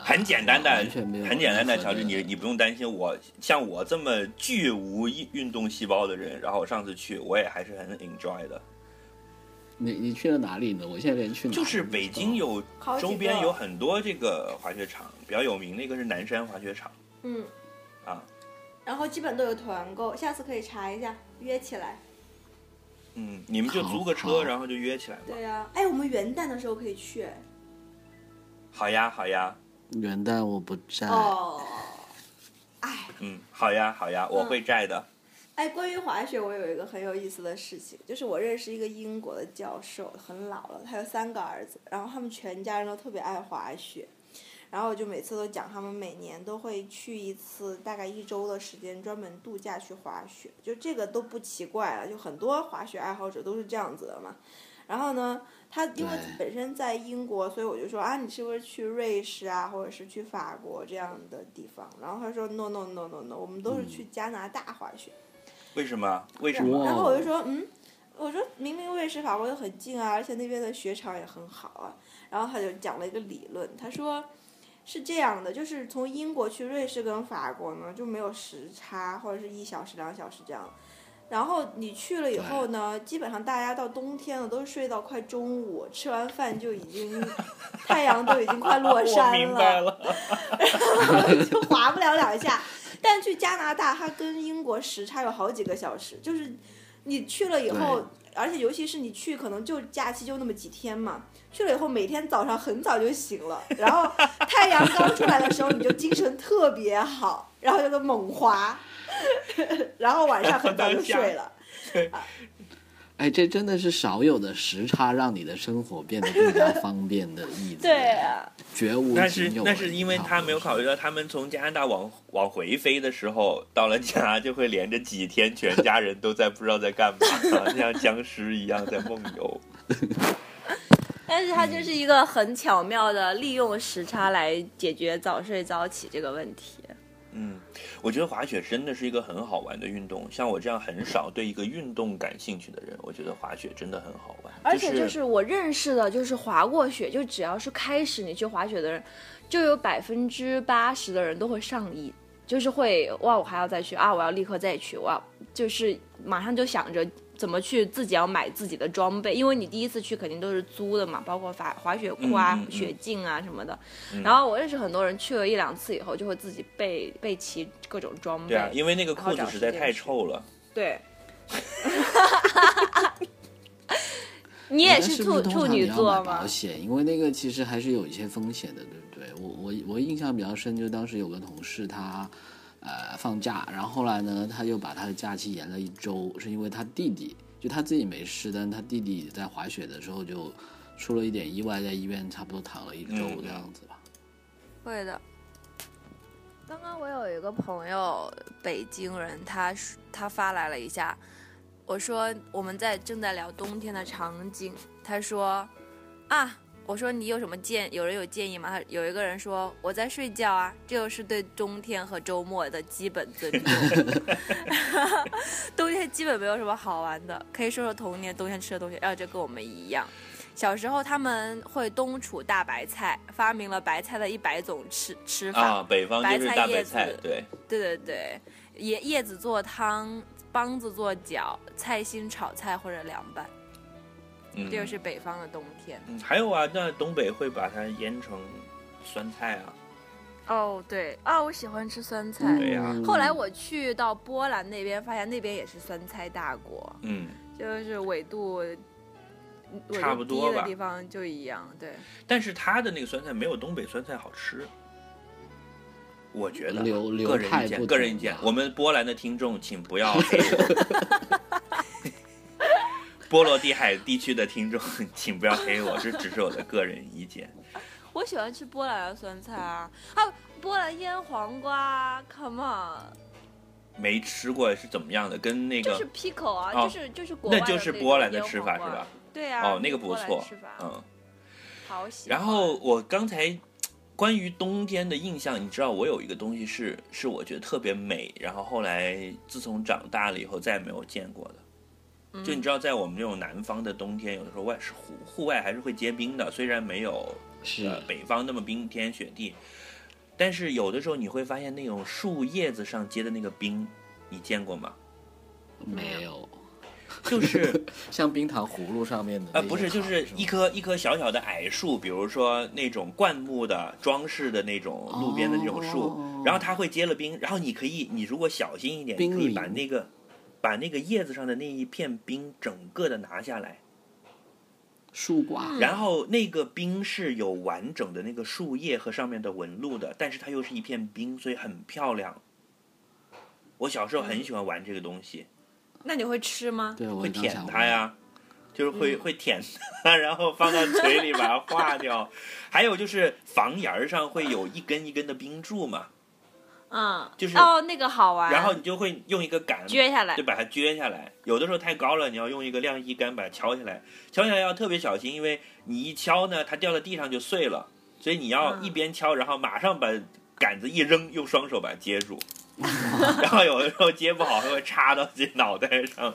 S1: 很简单的
S3: 完全没有，
S1: 很简单的
S3: 任何
S1: 乔治，你
S3: 的
S1: 你不用担心我。像我这么巨无运运动细胞的人，然后我上次去，我也还是很 enjoy 的。
S3: 你你去了哪里呢？我现在连去哪里
S1: 就是
S3: 都不
S1: 北
S3: 知道
S1: 京有
S2: 好几个
S1: 周边有很多这个滑雪场，比较有名的一个是南山滑雪场
S2: 嗯，
S1: 啊，
S2: 然后基本都有团购，下次可以查一下，约起来。
S1: 嗯，你们就租个
S3: 好
S1: 车，
S3: 好
S1: 然后就约起来吧。
S2: 对呀、哎，我们元旦的时候可以去。
S1: 好呀，好呀，
S3: 元旦我不在，
S2: 哦，哎，
S1: 嗯，好呀，好呀，我会在的。
S2: 哎，关于滑雪，我有一个很有意思的事情，就是我认识一个英国的教授，很老了，他有三个儿子，然后他们全家人都特别爱滑雪，然后我就每次都讲他们每年都会去一次，大概一周的时间专门度假去滑雪，就这个都不奇怪啊了，就很多滑雪爱好者都是这样子的嘛。然后呢，他因为
S3: 对
S2: 本身在英国，所以我就说啊，你是不是去瑞士啊，或者是去法国这样的地方？然后他说 no no no no no，我们都是去加拿大滑雪。
S1: 为什么？为什
S3: 哇
S1: 么？啊哦
S2: 然后我就说，嗯，我说明明瑞士、法国又很近啊，而且那边的雪场也很好啊。然后他就讲了一个理论，他说是这样的，就是从英国去瑞士跟法国呢就没有时差，或者是一小时、两小时这样。然后你去了以后呢，基本上大家到冬天了都睡到快中午，吃完饭就已 经太阳都已经快落
S1: 我
S2: 山
S1: 明白了，
S2: 就滑不了两下。但去加拿大，它跟英国时差有好几个小时，就是你去了以后
S3: 对，
S2: 而且尤其是你去，可能就假期就那么几天嘛，去了以后每天早上很早就醒了，然后太阳刚出来的时候你就精神特别好，然后就个猛滑， 然后晚上很早就睡 了。
S3: 哎，这真的是少有的时差让你的生活变得更 加方便的例子。
S2: 对，啊，
S3: 绝无
S1: 那是
S3: 仅有。
S1: 那是因为
S5: 啊
S1: 他没有考虑到，他们从加拿大往往回飞的时候，到 了家就会连着几天，全家人都在不知道在干嘛，像僵尸一样在梦游。
S5: 但是它就是一个很巧妙的利用时差来解决早睡早起这个问题。
S1: 嗯，我觉得滑雪真的是一个很好玩的运动。像我这样很少对一个运动感兴趣的人，我觉得滑雪真的很好玩。
S5: 而且
S1: 就
S5: 就是我认识的，就是滑过雪，就只要是开始你去滑雪的人，就有百分之八十的人都会上瘾，就是会哇，我还要再去啊，我要立刻再去，哇，就是马上就想着怎么去自己要买自己的装备，因为你第一次去肯定都是租的嘛，包括滑滑雪裤啊、
S1: 嗯嗯嗯嗯
S5: 雪镜啊什么的。然后我认识很多人去了一两次以后，就会自己备备齐各种装备。
S1: 对啊，因为那个裤
S5: 然
S1: 子
S5: 后找
S1: 实在
S5: 时间
S1: 太
S5: 去
S1: 臭了。
S5: 对， 你也
S3: 是不
S5: 处
S3: 是通
S5: 处
S3: 常
S5: 女
S3: 你要买
S5: 座
S3: 保
S5: 吗？
S3: 险，因为那个其实还是有一些风险的，对不对？我我我印象比较深，就当时有个同事他。呃，放假，然后后来呢，他又把他的假期延了一周，是因为他弟弟，就他自己没事，但他弟弟在滑雪的时候就出了一点意外，在医院差不多躺了一周
S1: 嗯嗯
S3: 这样子吧。
S5: 会的。刚刚我有一个朋友，北京人，他说他发来了一下，我说啊我们在正在聊冬天的场景，他说啊，我说你有什么建，有人有建议吗？他有一个人说我在睡觉啊，这就是对冬天和周末的基本尊重。冬天基本没有什么好玩的，可以说说童年冬天吃的东西，啊，这跟我们一样。小时候他们会冬储大白菜，发明了白菜的一百种吃吃法。
S1: 啊，北方就是大白
S5: 白
S1: 菜
S5: 菜叶，子
S1: 对，
S5: 对对对，叶叶子做汤，帮子做饺，菜心炒菜或者凉拌，
S1: 嗯，
S5: 这就是北方的冬天。
S1: 嗯，还有啊，那东北会把它腌成酸菜啊，
S5: 哦，对啊，我喜欢吃酸菜。
S1: 对呀
S5: 嗯后来我去到波兰那边，发现那边也是酸菜大国，
S1: 嗯，
S5: 就是纬度纬
S1: 差
S5: 度
S1: 不
S5: 低
S1: 多吧
S5: 的地方就一样。对，
S1: 但是它的那个酸菜没有东北酸菜好吃，我觉得啊。
S3: 流流
S1: 个人
S3: 派
S1: 意
S3: 不
S1: 见，个人
S3: 同
S1: 意见
S3: 吧。
S1: 我们波兰的听众，请不要 黑我。 波罗的海地区的听众，请不要黑我，这只是我的个人意见。
S5: 我喜欢吃波兰的酸菜啊，还有波兰腌黄瓜啊，Come on，
S1: 没吃过是怎么样的？跟那
S5: 就
S1: 个
S5: 是 pickle 啊，
S1: 哦
S5: 就是就是国外的
S1: 那就是
S5: 种
S1: 波兰的
S5: 腌
S1: 吃法
S5: 黄瓜
S1: 是吧？
S5: 对啊，
S1: 哦，那个不
S5: 波兰
S1: 错
S5: 吃法，
S1: 嗯。
S5: 好喜欢。
S1: 然后我刚才关于冬天的印象，你知道我有一个东西是是我觉得特别美，然后后来自从长大了以后再也没有见过的。就你知道，在我们这种南方的冬天，有的时候外是户户外还是会结冰的，虽然没有
S3: 是
S1: 呃北方那么冰天雪地，但是有的时候你会发现那种树叶子上结的那个冰，你见过吗？
S3: 没有，
S1: 就是
S3: 像冰糖葫芦上面的
S1: 呃，
S3: 那
S1: 不
S3: 些
S1: 是，就
S3: 糖
S1: 是
S3: 吗
S1: 一棵一棵小小的矮树，比如说那种灌木的、装饰的那种路边的这种树，
S3: 哦
S1: 然后它会结了冰，然后你可以，你如果小心一点，你
S3: 冰
S1: 可以把
S3: 凌
S1: 那个把那个叶子上的那一片冰整个的拿下来，
S3: 树瓜，
S1: 然后那个冰是有完整的那个树叶和上面的纹路的，但是它又是一片冰，所以很漂亮。我小时候很喜欢玩这个东西，
S5: 那你会吃吗？
S3: 对，我
S1: 会嗯
S3: 也刚
S1: 舔
S3: 想
S1: 它呀，就是会、会舔它， 然后放到嘴里把它化掉。还有就是房檐儿上会有一根一根的冰柱嘛，
S5: 嗯，
S1: 就是
S5: 哦，那个好玩。
S1: 然后你就会用一个
S2: 啊
S1: 杆
S5: 撅下来
S1: 就把它撅下来。有的时候太高了，你要用一个晾衣杆把它敲下来。敲下来要特别小心，因为你一敲呢，它掉到地上就碎了，所以你要
S5: 嗯
S1: 一边敲，然后马上把杆子一扔，用双手把它接住。然后有的时候接不好，还会插到自己脑袋上。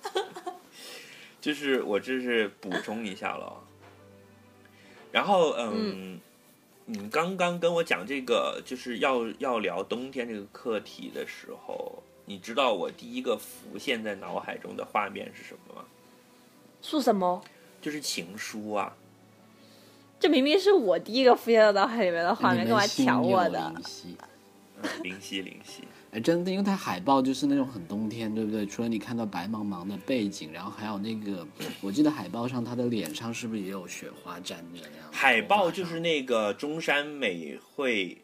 S1: 就是我这是补充一下了。然后嗯你刚刚跟我讲这个就是要要聊冬天这个课题的时候，你知道我第一个浮现在脑海中的画面是什么吗？
S5: 素什么？
S1: 就是情书啊，
S5: 这明明是我第一个浮现到脑海里面的画面，
S3: 你
S5: 干
S3: 们
S5: 嘛
S3: 心
S5: 抢我
S3: 有
S5: 的
S3: 灵？犀。
S1: 嗯灵犀灵犀，
S3: 哎，真的，因为它海报就是那种很冬天，对不对？除了你看到白茫茫的背景，然后还有那个，我记得海报上他的脸上是不是也有雪花沾着那样？
S1: 海报就是那个中山美惠，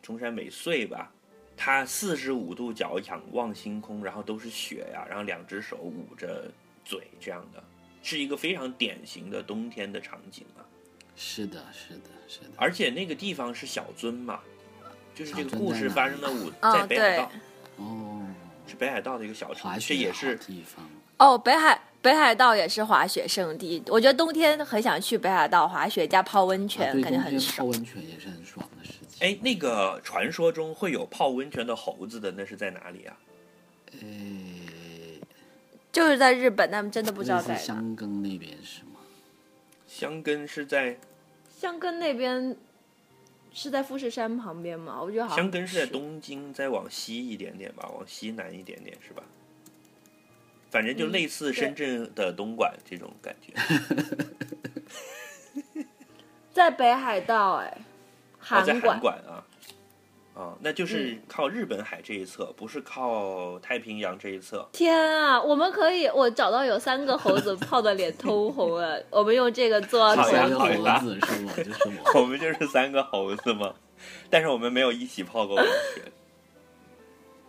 S1: 中山美穗吧，她四十五度角仰望星空，然后都是雪呀、然后两只手捂着嘴这样的，是一个非常典型的冬天的场景啊。
S3: 是的，是的，是的。
S1: 而且那个地方是小樽嘛，就是这个
S3: 小樽
S1: 故
S3: 在
S1: 事
S3: 哪
S1: 发生的五
S5: 嗯
S1: 在北海道，
S3: 哦，
S1: 是北海道的一个小
S3: 滑
S1: 城，
S3: 雪
S1: 这也
S3: 好
S1: 是
S3: 地方。啊
S5: 哦，北海北海道也是滑雪圣地，我觉得冬天很想去北海道滑雪加泡温泉，
S3: 啊对，
S5: 感觉
S3: 冬
S5: 很
S3: 天泡
S5: 爽。
S3: 温泉也是很爽的事情。
S1: 哎，那个传说中会有泡温泉的猴子的，那是在哪里啊？
S3: 哎，
S5: 就是在日本，他们真的不知道
S3: 类
S5: 在
S3: 似
S5: 哪。
S3: 香根那边是吗？
S1: 香根是在
S5: 香根那边是在富士山旁边吗？我觉得好像
S1: 香根是在
S5: 不
S1: 东京，再往西一点点吧，往西南一点点是吧？反正就
S5: 嗯
S1: 类似
S5: 对
S1: 深圳的东莞这种感 觉。
S5: 在北海道哎，
S1: 哦，在
S5: 馆嗯
S1: 函馆啊，啊，那就是靠日本海这一侧，不是靠太平洋这一侧。
S5: 天啊，我们可以，我找到有三个猴子泡的脸通红了，我们用这个做
S1: 好呀
S5: 广
S3: 三个
S1: 好呀
S5: 告。
S3: 猴子是我，就是我。
S1: 我们就是三个猴子嘛，但是我们没有一起泡过温泉。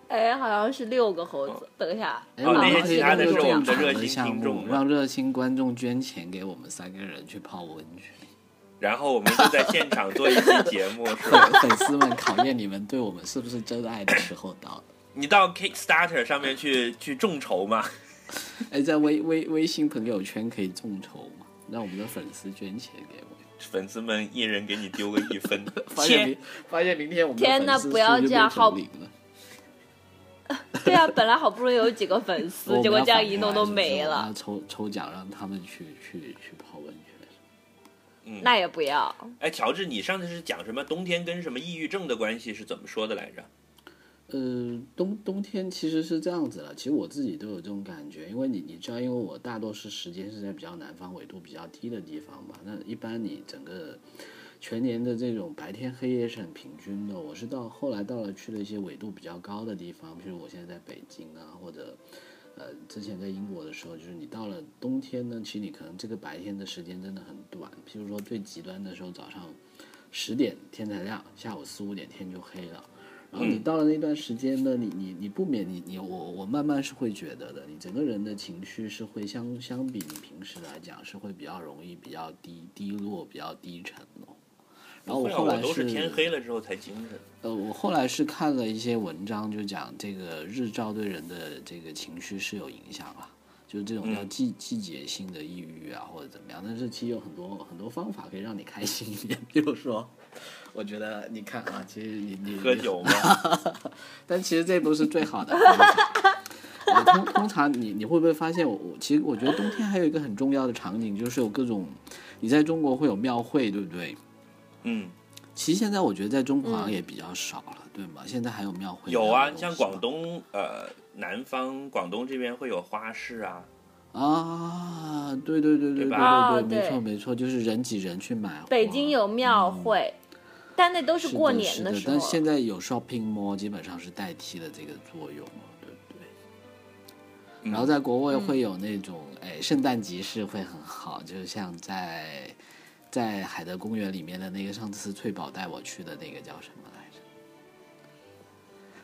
S5: 哎，好像是六个猴子。等一下，
S3: 哎，
S1: 哦
S3: 我
S1: 那
S3: 们
S1: 些
S3: 可
S1: 其
S3: 以
S1: 他的
S3: 弄
S1: 是我
S3: 个
S1: 们
S3: 这样
S1: 的热
S3: 的
S1: 心
S3: 项
S1: 听
S3: 目
S1: 众嘛
S3: 让热心观众捐钱给我们三个人去泡温泉。
S1: 然后我们就在现场做一期节目，是 吧？
S3: 粉粉丝们考验你们对我们是不是真爱的时候到了。
S1: 你到 Kickstarter 上面去去众筹嘛？
S3: 哎，在微微微信朋友圈可以众筹嘛，让我们的粉丝捐钱给我们。
S1: 粉丝们一人给你丢个一 分，
S3: 发现
S1: 切
S3: 明发现明天我们的
S5: 天哪
S3: 粉丝数
S5: 不要
S3: 就
S5: 这样
S3: 变成
S5: 好
S3: 零了。
S5: 对啊，本来好不容易有几个粉丝，结果这样一弄都没了
S3: 要。抽抽奖让他们去去去泡温泉。
S5: 那也不要，
S1: 哎，乔治，你上次是讲什么冬天跟什么抑郁症的关系是怎么说的来着？
S3: 呃，冬冬天其实是这样子了，其实我自己都有这种感觉，因为你你知道，因为我大多数时间是在比较南方纬度比较低的地方嘛，那一般你整个全年的这种白天黑夜是很平均的。我是到后来到了去了一些纬度比较高的地方，譬如我现在在北京啊，或者呃之前在英国的时候，就是你到了冬天呢，其实你可能这个白天的时间真的很短，譬如说最极端的时候，早上十点天才亮，下午四五点天就黑了。然后
S1: 嗯
S3: 你到了那段时间呢，你你你不免你你我我慢慢是会觉得的，你整个人的情绪是会相相比你平时来讲是会比较容易比较低低落比较低沉的。然后
S1: 不
S3: 我
S1: 会啊
S3: 后来
S1: 我都是天黑了之后才精 神。
S3: 呃，我后来是看了一些文章，就讲这个日照对人的这个情绪是有影响啊，就是这种叫
S1: 嗯
S3: 季季节性的抑郁啊，或者怎么样。但是其实有很多很多方法可以让你开心一点， 比如说，我觉得你看啊，其实你你
S1: 喝
S3: 你
S1: 酒吗？
S3: 但其实这不是最好的方法。 我通通常你你会不会发现我我其实我觉得冬天还有一个很 重要的场景就是有各种，你在中国会有庙会，对不对？
S1: 嗯，
S3: 其实现在我觉得在中国
S2: 嗯
S3: 好像也比较少了，对吗？现在还有庙会
S1: 有
S3: 那
S1: 啊，
S3: 种
S1: 像
S3: 是吧
S1: 广东呃南方广东这边会有花市啊，
S3: 啊，对对对对
S1: 对
S3: 对
S1: 吧
S2: 哦
S3: 没
S2: 对
S3: 错没错，就是人挤人去买花。
S2: 北京有庙会，但那都
S3: 是
S2: 过
S3: 的
S2: 年
S3: 是的
S2: 时候。啊
S3: 但现在有 shopping mall 基本上是代替了这个作用了，对不对？
S1: 嗯
S3: 然后在国外会有那种，哎，圣诞集市会很好，就像在在海德公园里面的那个，上次翠宝带我去的那个叫什么来着？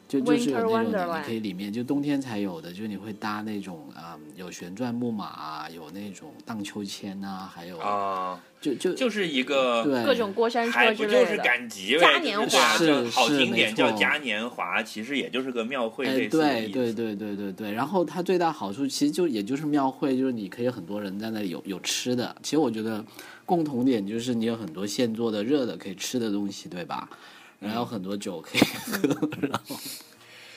S3: 就就是有
S2: Winter
S3: 那种的，
S2: Wonderland
S3: 你可以里面就冬天才有的，就是你会搭那种啊、有旋转木马啊，有那种荡秋千啊，还有、
S1: 啊，
S3: 就就
S1: 就是一个
S3: 对
S2: 各种过山
S1: 还哎
S2: 车
S1: 不
S2: 之
S1: 就
S2: 类
S1: 是
S2: 的，
S1: 赶集呗，
S2: 嘉年华
S1: 就是啊
S3: 是
S1: 叫好
S3: 是
S1: 听点
S3: 没
S1: 叫
S3: 错
S1: 嘉年华，其实也就是个庙会
S3: 哎，
S1: 类似的
S3: 对
S1: 意思。
S3: 对对对对对，然后它最大好处其实就也就是庙会，就是你可以很多人在那里有有吃的。其实我觉得共同点就是你有很多现做的热的可以吃的东西，对吧？然
S1: 嗯
S3: 后很多酒可以喝，然后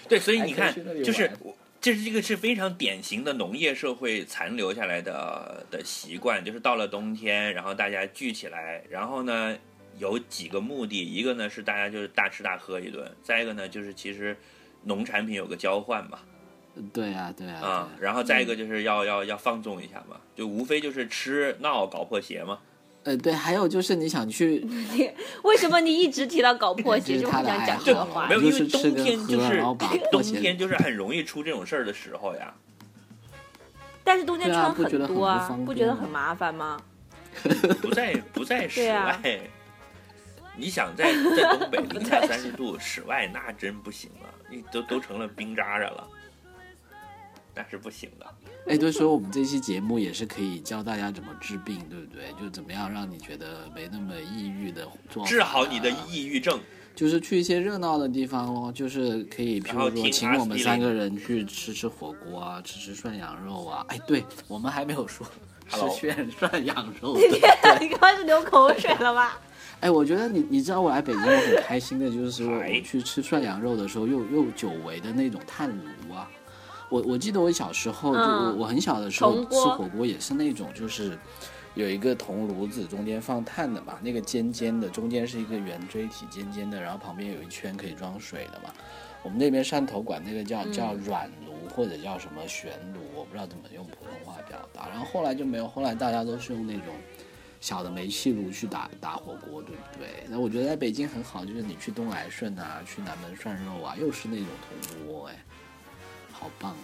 S1: 对所以
S3: 还
S1: 你
S3: 可以
S1: 看
S3: 去那里，
S1: 就是
S3: 玩
S1: 我这是这个是非常典型的农业社会残留下来的的习惯，就是到了冬天，然后大家聚起来，然后呢有几个目的，一个呢是大家就是大吃大喝一顿，再一个呢就是其实农产品有个交换嘛，
S3: 对啊对啊
S1: 啊
S3: 对啊，
S1: 然后再一个就是要要要放纵一下嘛，就无非就是吃闹搞破鞋嘛，
S3: 呃对，还有就是你想去，
S2: 为什么你一直提到搞破
S3: 这
S2: 鞋，
S3: 是
S2: 就不
S3: 他的
S2: 想
S3: 爱
S2: 讲
S3: 好
S2: 这
S1: 对
S2: 个话
S1: 没
S3: 了，
S1: 有
S2: 题？
S1: 因为
S3: 就是吃
S1: 冬天
S3: 跟
S1: 就
S3: 喝，
S1: 是
S3: 然后把
S1: 冬
S3: 拖鞋
S1: 天就是很容易出这种事儿的时候呀。
S2: 但是冬天
S3: 对啊
S2: 穿
S3: 不觉得很
S2: 多
S3: 不
S2: 啊
S3: 方，
S2: 不觉
S3: 便
S2: 得
S3: 吗
S2: 很麻烦吗？
S1: 不在不在室
S2: 对啊
S1: 外，你想在在东北零下三十度室外，那真不行了，你都都成了冰渣渣了，那是不行的。
S3: 哎，对，所以我们这期节目也是可以教大家怎么治病，对不对？就怎么样让你觉得没那么抑郁的做法
S1: 治好你的
S3: 啊
S1: 抑郁症，
S3: 就是去一些热闹的地方咯，就是可以，譬
S1: 然后
S3: 如
S1: 听
S3: 说请我们
S1: RSD
S3: 三个人去吃吃火锅啊，吃吃涮羊肉啊。哎，对我们还没 有说
S1: Hello
S3: 吃涮涮羊肉的。
S2: 你刚刚是流口水了吧？
S3: 哎，我觉得你你知道我来北京我很开心的就是说
S1: 嗨
S3: 我去吃涮羊肉的时候又又久违的那种炭炉啊。我我记得我小时候就我、
S2: 嗯
S3: 我很小的时候
S2: 铜
S3: 吃
S2: 锅
S3: 火锅也是那种就是。有一个铜炉子，中间放炭的嘛，那个尖尖的，中间是一个圆锥体，尖尖的，然后旁边有一圈可以装水的嘛。我们那边汕头管那个
S2: 嗯
S3: 叫叫软炉或者叫什么旋炉，我不知道怎么用普通话表达。然后后来就没有，后来大家都是用那种小的煤气炉去打打火锅，对不对？那我觉得在北京很好，就是你去东来顺啊，去南门涮肉啊，又是那种铜锅，哎，好棒！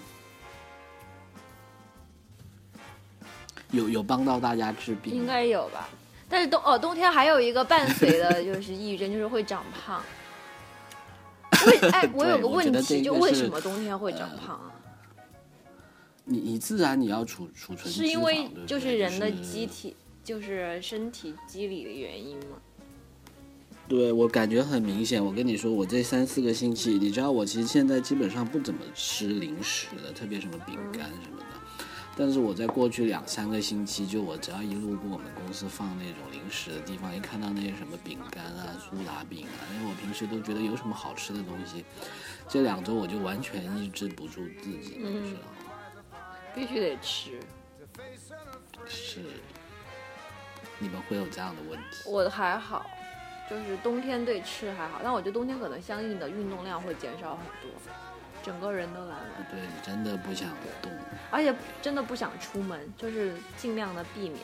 S3: 有有帮到大家治病吗，
S2: 应该有吧。但是冬哦，冬天还有一个伴随的就是抑郁症，就是会长胖。为 哎，我有
S3: 对
S2: 个
S3: 我觉
S2: 问
S3: 得这
S2: 题，就
S3: 个
S2: 为
S3: 是呃
S2: 什么冬天会长胖啊？
S3: 你你自然你要储储存
S2: 是因
S3: 脂肪
S2: 为
S3: 对不对
S2: 就
S3: 就是是
S2: 人的机体，就是身体机理的原因吗？
S3: 对我感觉很明显，我跟你说，我这三四个星期，你知道我其实现在基本上不怎么吃零食了，特别什么饼
S2: 嗯
S3: 干什么的。但是我在过去两三个星期，就我只要一路过我们公司放那种零食的地方，一看到那些什么饼干啊、苏打饼啊，因为我平时都觉得有什么好吃的东西，这两周我就完全抑制不住自己，你
S2: 嗯
S3: 知道吗？
S2: 必须得吃。
S3: 是，你们会有这样的问题。
S2: 我还好，就是冬天对吃还好，但我觉得冬天可能相应的运动量会减少很多，整个人都懒了，
S3: 对，真的不想动。
S2: 而且真的不想出门，就是尽量的避免，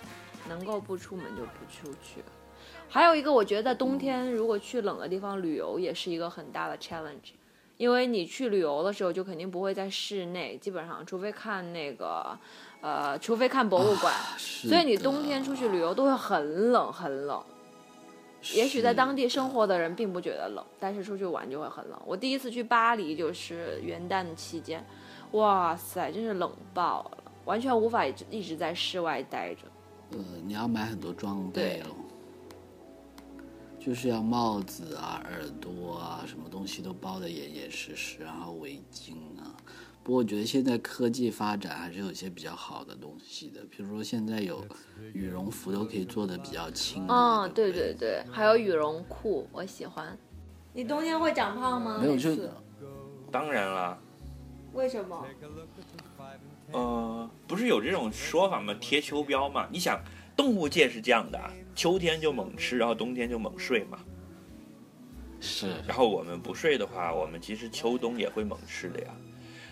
S2: 能够不出门就不出去。还有一个，我觉得冬天如果去冷的地方旅游，也是一个很大的 challenge，因为你去旅游的时候就肯定不会在室内，基本上除非看那个，呃，除非看博物馆，
S3: 所
S2: 所以你冬天出去旅游都会很冷很冷。也许在当地生活的人并不觉得冷，但是出去玩就会很冷。我第一次去巴黎就是元旦期间，哇塞，真是冷爆了，完全无法一直一直在室外待着。
S3: 呃，你要买很多装
S2: 对
S3: 备咯，就是要帽子啊、耳朵啊，什么东西都包得严严实实，然后围巾啊。不过我觉得现在科技发展还是有一些比较好的东西的，比如说现在有羽绒服都可以做的比较轻啊。
S2: 嗯，
S3: 对
S2: 对
S3: 不对
S2: 对对，还有羽绒裤，我喜欢。
S6: 你冬天会长胖吗？
S3: 没有
S6: 每
S3: 就
S6: 次
S1: 当然了，
S6: 为什么？
S1: 呃，不是有这种说法吗？贴秋膘嘛，你想动物界是这样的啊，秋天就猛吃，然后冬天就猛睡嘛。
S3: 是，
S1: 然后我们不睡的话，我们其实秋冬也会猛吃的呀。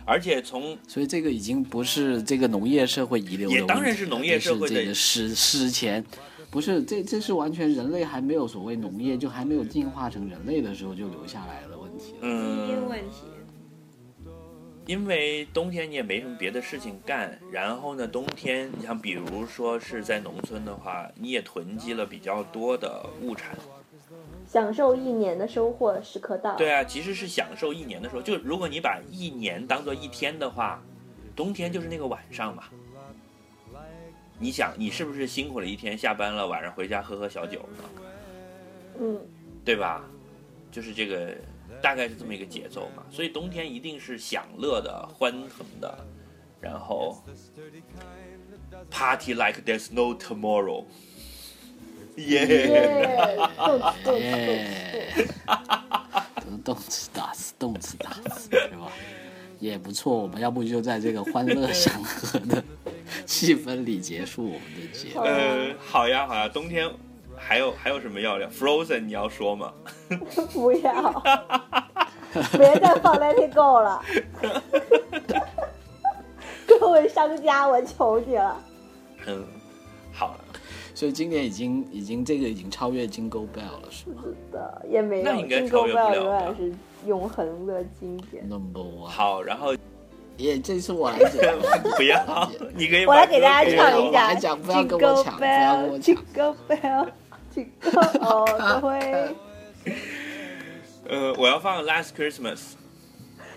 S1: 而且从
S3: 所以这个已经不是这个农业社会遗留的
S1: 也
S3: 问
S1: 当然
S3: 题
S1: 是
S3: 了
S1: 农
S3: 这
S1: 业社会
S3: 是
S1: 的
S3: 这个史史前，不是这这是完全人类还没有所谓农业，就还没有进化成人类的时候就留下来的问题
S2: 基因
S3: 了。
S1: 嗯，
S2: 问题，
S1: 因为冬天你也没什么别的事情干，然后呢，冬天你像比如说是在农村的话，你也囤积了比较多的物产。
S7: 享受一年的收获时刻到。
S1: 对啊，其实是享受一年的时候，就如果你把一年当做一天的话，冬天就是那个晚上嘛。你想，你是不是辛苦了一天，下班了晚上回家喝喝小酒呢？
S7: 嗯，
S1: 对吧？就是这个，大概是这么一个节奏嘛。所以冬天一定是享乐的、欢腾的，然后 party like there's no tomorrow。耶！
S7: 耶，动词动词
S3: 耶，哎动次打次，动
S7: 动词
S3: 次打次，对吧？也不错，我们要不就在这个欢乐祥和的气氛里结束我们的节目。
S1: 呃，好呀好呀，冬天还有还有什么要聊？Frozen 你要说吗？
S7: 动词，不要，别再放 Let It Go 了，各位商家，我求你了。
S1: 嗯，好，
S3: 所以今年已经已经这个已经超越 Jingle Bell 了，是吗
S7: 的也没
S1: 那
S7: 有，
S1: 应该
S7: 金
S1: 超
S7: 钩
S1: 越
S7: 不
S1: 不了
S7: 要永
S1: 吧
S7: 远是永恒的经典。
S3: ？Number one，
S1: 好，然后
S3: 耶，这次我来讲，
S1: 不 要，你可以
S7: 我来
S1: 把
S7: 给
S1: 歌
S7: 大家
S1: 给
S7: 唱
S1: 我
S7: 一下
S3: 来讲不要跟我抢不要跟我抢
S7: Jingle Bell，Jingle Bell，Jingle 哦 All the Way。
S1: 呃，我要放 Last Christmas。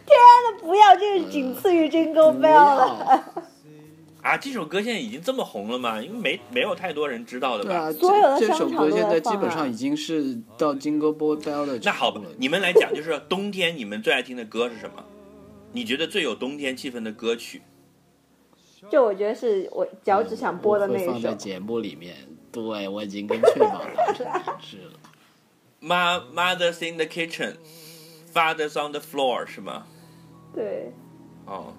S7: 真的不要，这是仅次于 Jingle
S3: 不
S7: Bell 了。
S3: 要，
S1: 啊，这首歌现在已经这么红了嘛？因为没没有太多人知道的
S3: 对
S1: 吧？
S3: 啊，
S7: 所有的
S3: 这这首
S7: 商
S3: 歌
S7: 场都在
S3: 现在基
S7: 放
S3: 本
S7: 啊
S3: 上已经是到 Jingle Bell 的
S1: 那好
S3: 程
S1: 吧
S3: 度了，
S1: 你们来讲，就是冬天你们最爱听的歌是什么？你觉得最有冬天气氛的歌曲？
S7: 这我觉得是我脚趾想播的
S3: 嗯
S7: 那
S3: 我会
S7: 一
S3: 放在
S7: 首。
S3: 节目里面。对，我已经跟翠宝达成一致了。
S1: 妈，Mother's in the kitchen, Father's on the floor，是吗？
S7: 对，
S1: 哦，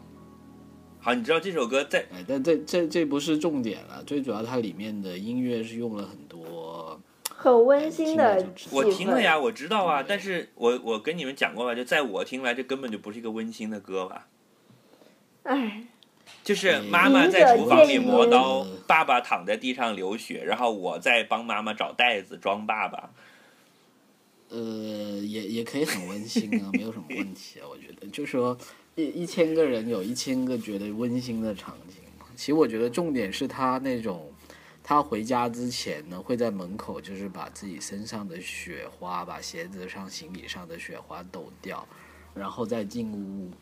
S1: 好，你知道这首歌在
S3: 哎，但这这这不是重点了，最主要它里面的音乐是用了很多，
S7: 很温馨的
S3: 哎听了就知
S7: 气氛。
S1: 我听了呀，我知道啊，但是我我跟你们讲过吧，就在我听来，这根本就不是一个温馨的歌吧？
S7: 哎，
S1: 就是
S3: 嗯
S1: 妈妈在厨房里磨刀
S3: 嗯，
S1: 爸爸躺在地上流血，然后我在帮妈妈找袋子装爸爸。
S3: 呃，也也可以很温馨啊，没有什么问题啊，我觉得，就说一一千个人有一千个觉得温馨的场景嘛。其实我觉得重点是他那种，他回家之前呢，会在门口就是把自己身上的雪花，把鞋子上、行李上的雪花抖掉，然后再进屋。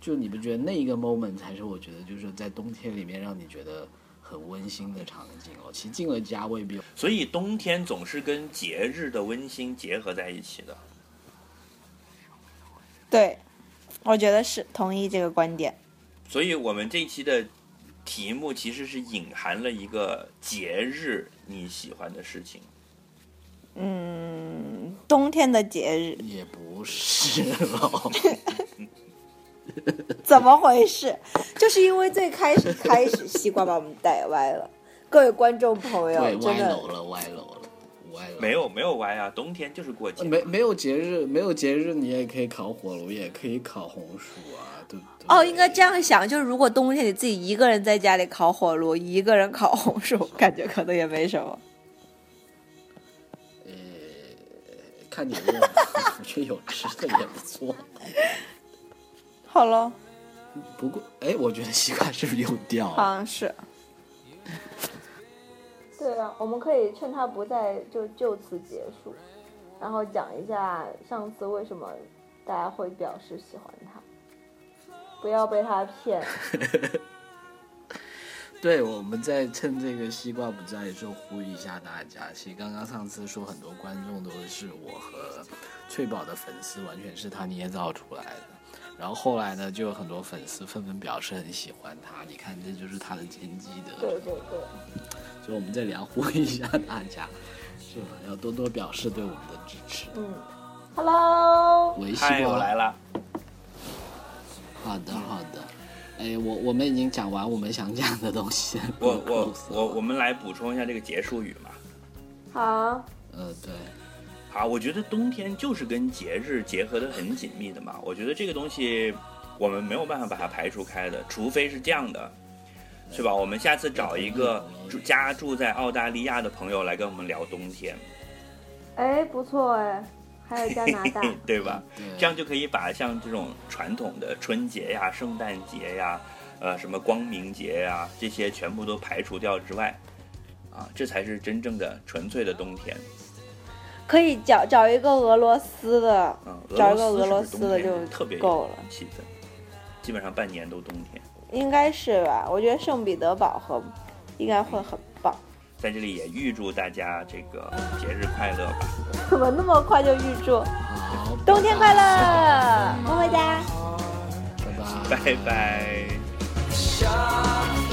S3: 就你不觉得那一个 moment 才是我觉得就是在冬天里面让你觉得很温馨的场景哦。其实进了家未必
S1: 所以冬天总是跟节日的温馨结合在一起的。
S2: 对，我觉得是同意这个观点。
S1: 所以我们这一期的题目其实是隐含了一个节日你喜欢的事情。
S2: 嗯，冬天的节日
S3: 也不是咯。
S2: 怎么回事？就是因为最开始开始西瓜把我们带歪了，各位观众朋友
S3: 对，，
S2: 真
S3: 歪
S2: 的
S3: 楼了，歪楼了，歪楼。
S1: 没有没有歪啊，冬天就是过节。
S3: 呃没没有节日，没有节日，你也可以烤火炉，也可以烤红薯啊，对不对？
S2: 哦，应该这样想，就是如果冬天你自己一个人在家里烤火炉，一个人烤红薯，感觉可能也没什么。
S3: 呃看你饿了，我觉得有吃的也不错。
S2: 好了，
S3: 不过，哎，我觉得西瓜是不是又掉
S2: 好
S3: 了？
S2: 像是
S7: 对啊，我们可以趁他不在就就此结束，然后讲一下上次为什么大家会表示喜欢他，不要被他骗。
S3: 对，我们在趁这个西瓜不在的时候呼吁一下大家。其实刚刚上次说很多观众都是我和翠宝的粉丝，完全是他捏造出来的。然后后来呢，就有很多粉丝纷纷表示很喜欢他。你看，这就是他的天机的。
S7: 对对对，
S3: 所以我们这里要呼吁一下大家，是吧？要多多表示对我们的支持。
S7: 嗯，Hello，
S3: 维系
S1: 嗨，我
S3: 过啊
S1: 来了。
S3: 好的，好的。哎，我我们已经讲完我们想讲的东西了。
S1: 我我
S3: 嗯啊 close 了
S1: 我我们来补充一下这个结束语嘛。
S7: 好，
S3: 呃对，
S1: 啊，我觉得冬天就是跟节日结合的很紧密的嘛。我觉得这个东西我们没有办法把它排除开的，除非是这样的，是吧？我们下次找一个住家住在澳大利亚的朋友来跟我们聊冬天，
S7: 哎，不错哎，还有加拿大，
S1: 对吧？
S3: 对
S1: 这样就可以把像这种传统的春节呀、圣诞节呀、呃什么光明节呀这些全部都排除掉之外，啊，这才是真正的纯粹的冬天。
S2: 可以找找一个 俄罗斯的，
S1: 嗯，
S2: 找一个俄
S1: 俄
S2: 罗
S1: 罗
S2: 斯
S1: 斯
S2: 的
S1: 是不是冬天
S2: 就
S1: 特别有
S2: 够了
S1: 气氛，基本上半年都冬天。
S2: 应该是吧？我觉得圣彼得堡和应该会很棒。
S1: 在这里也预祝大家这个节日快乐吧。
S7: 怎么那么快就预祝
S3: 好，
S7: 冬天快乐，么么哒。
S3: 拜拜。
S1: 拜拜。
S8: Shot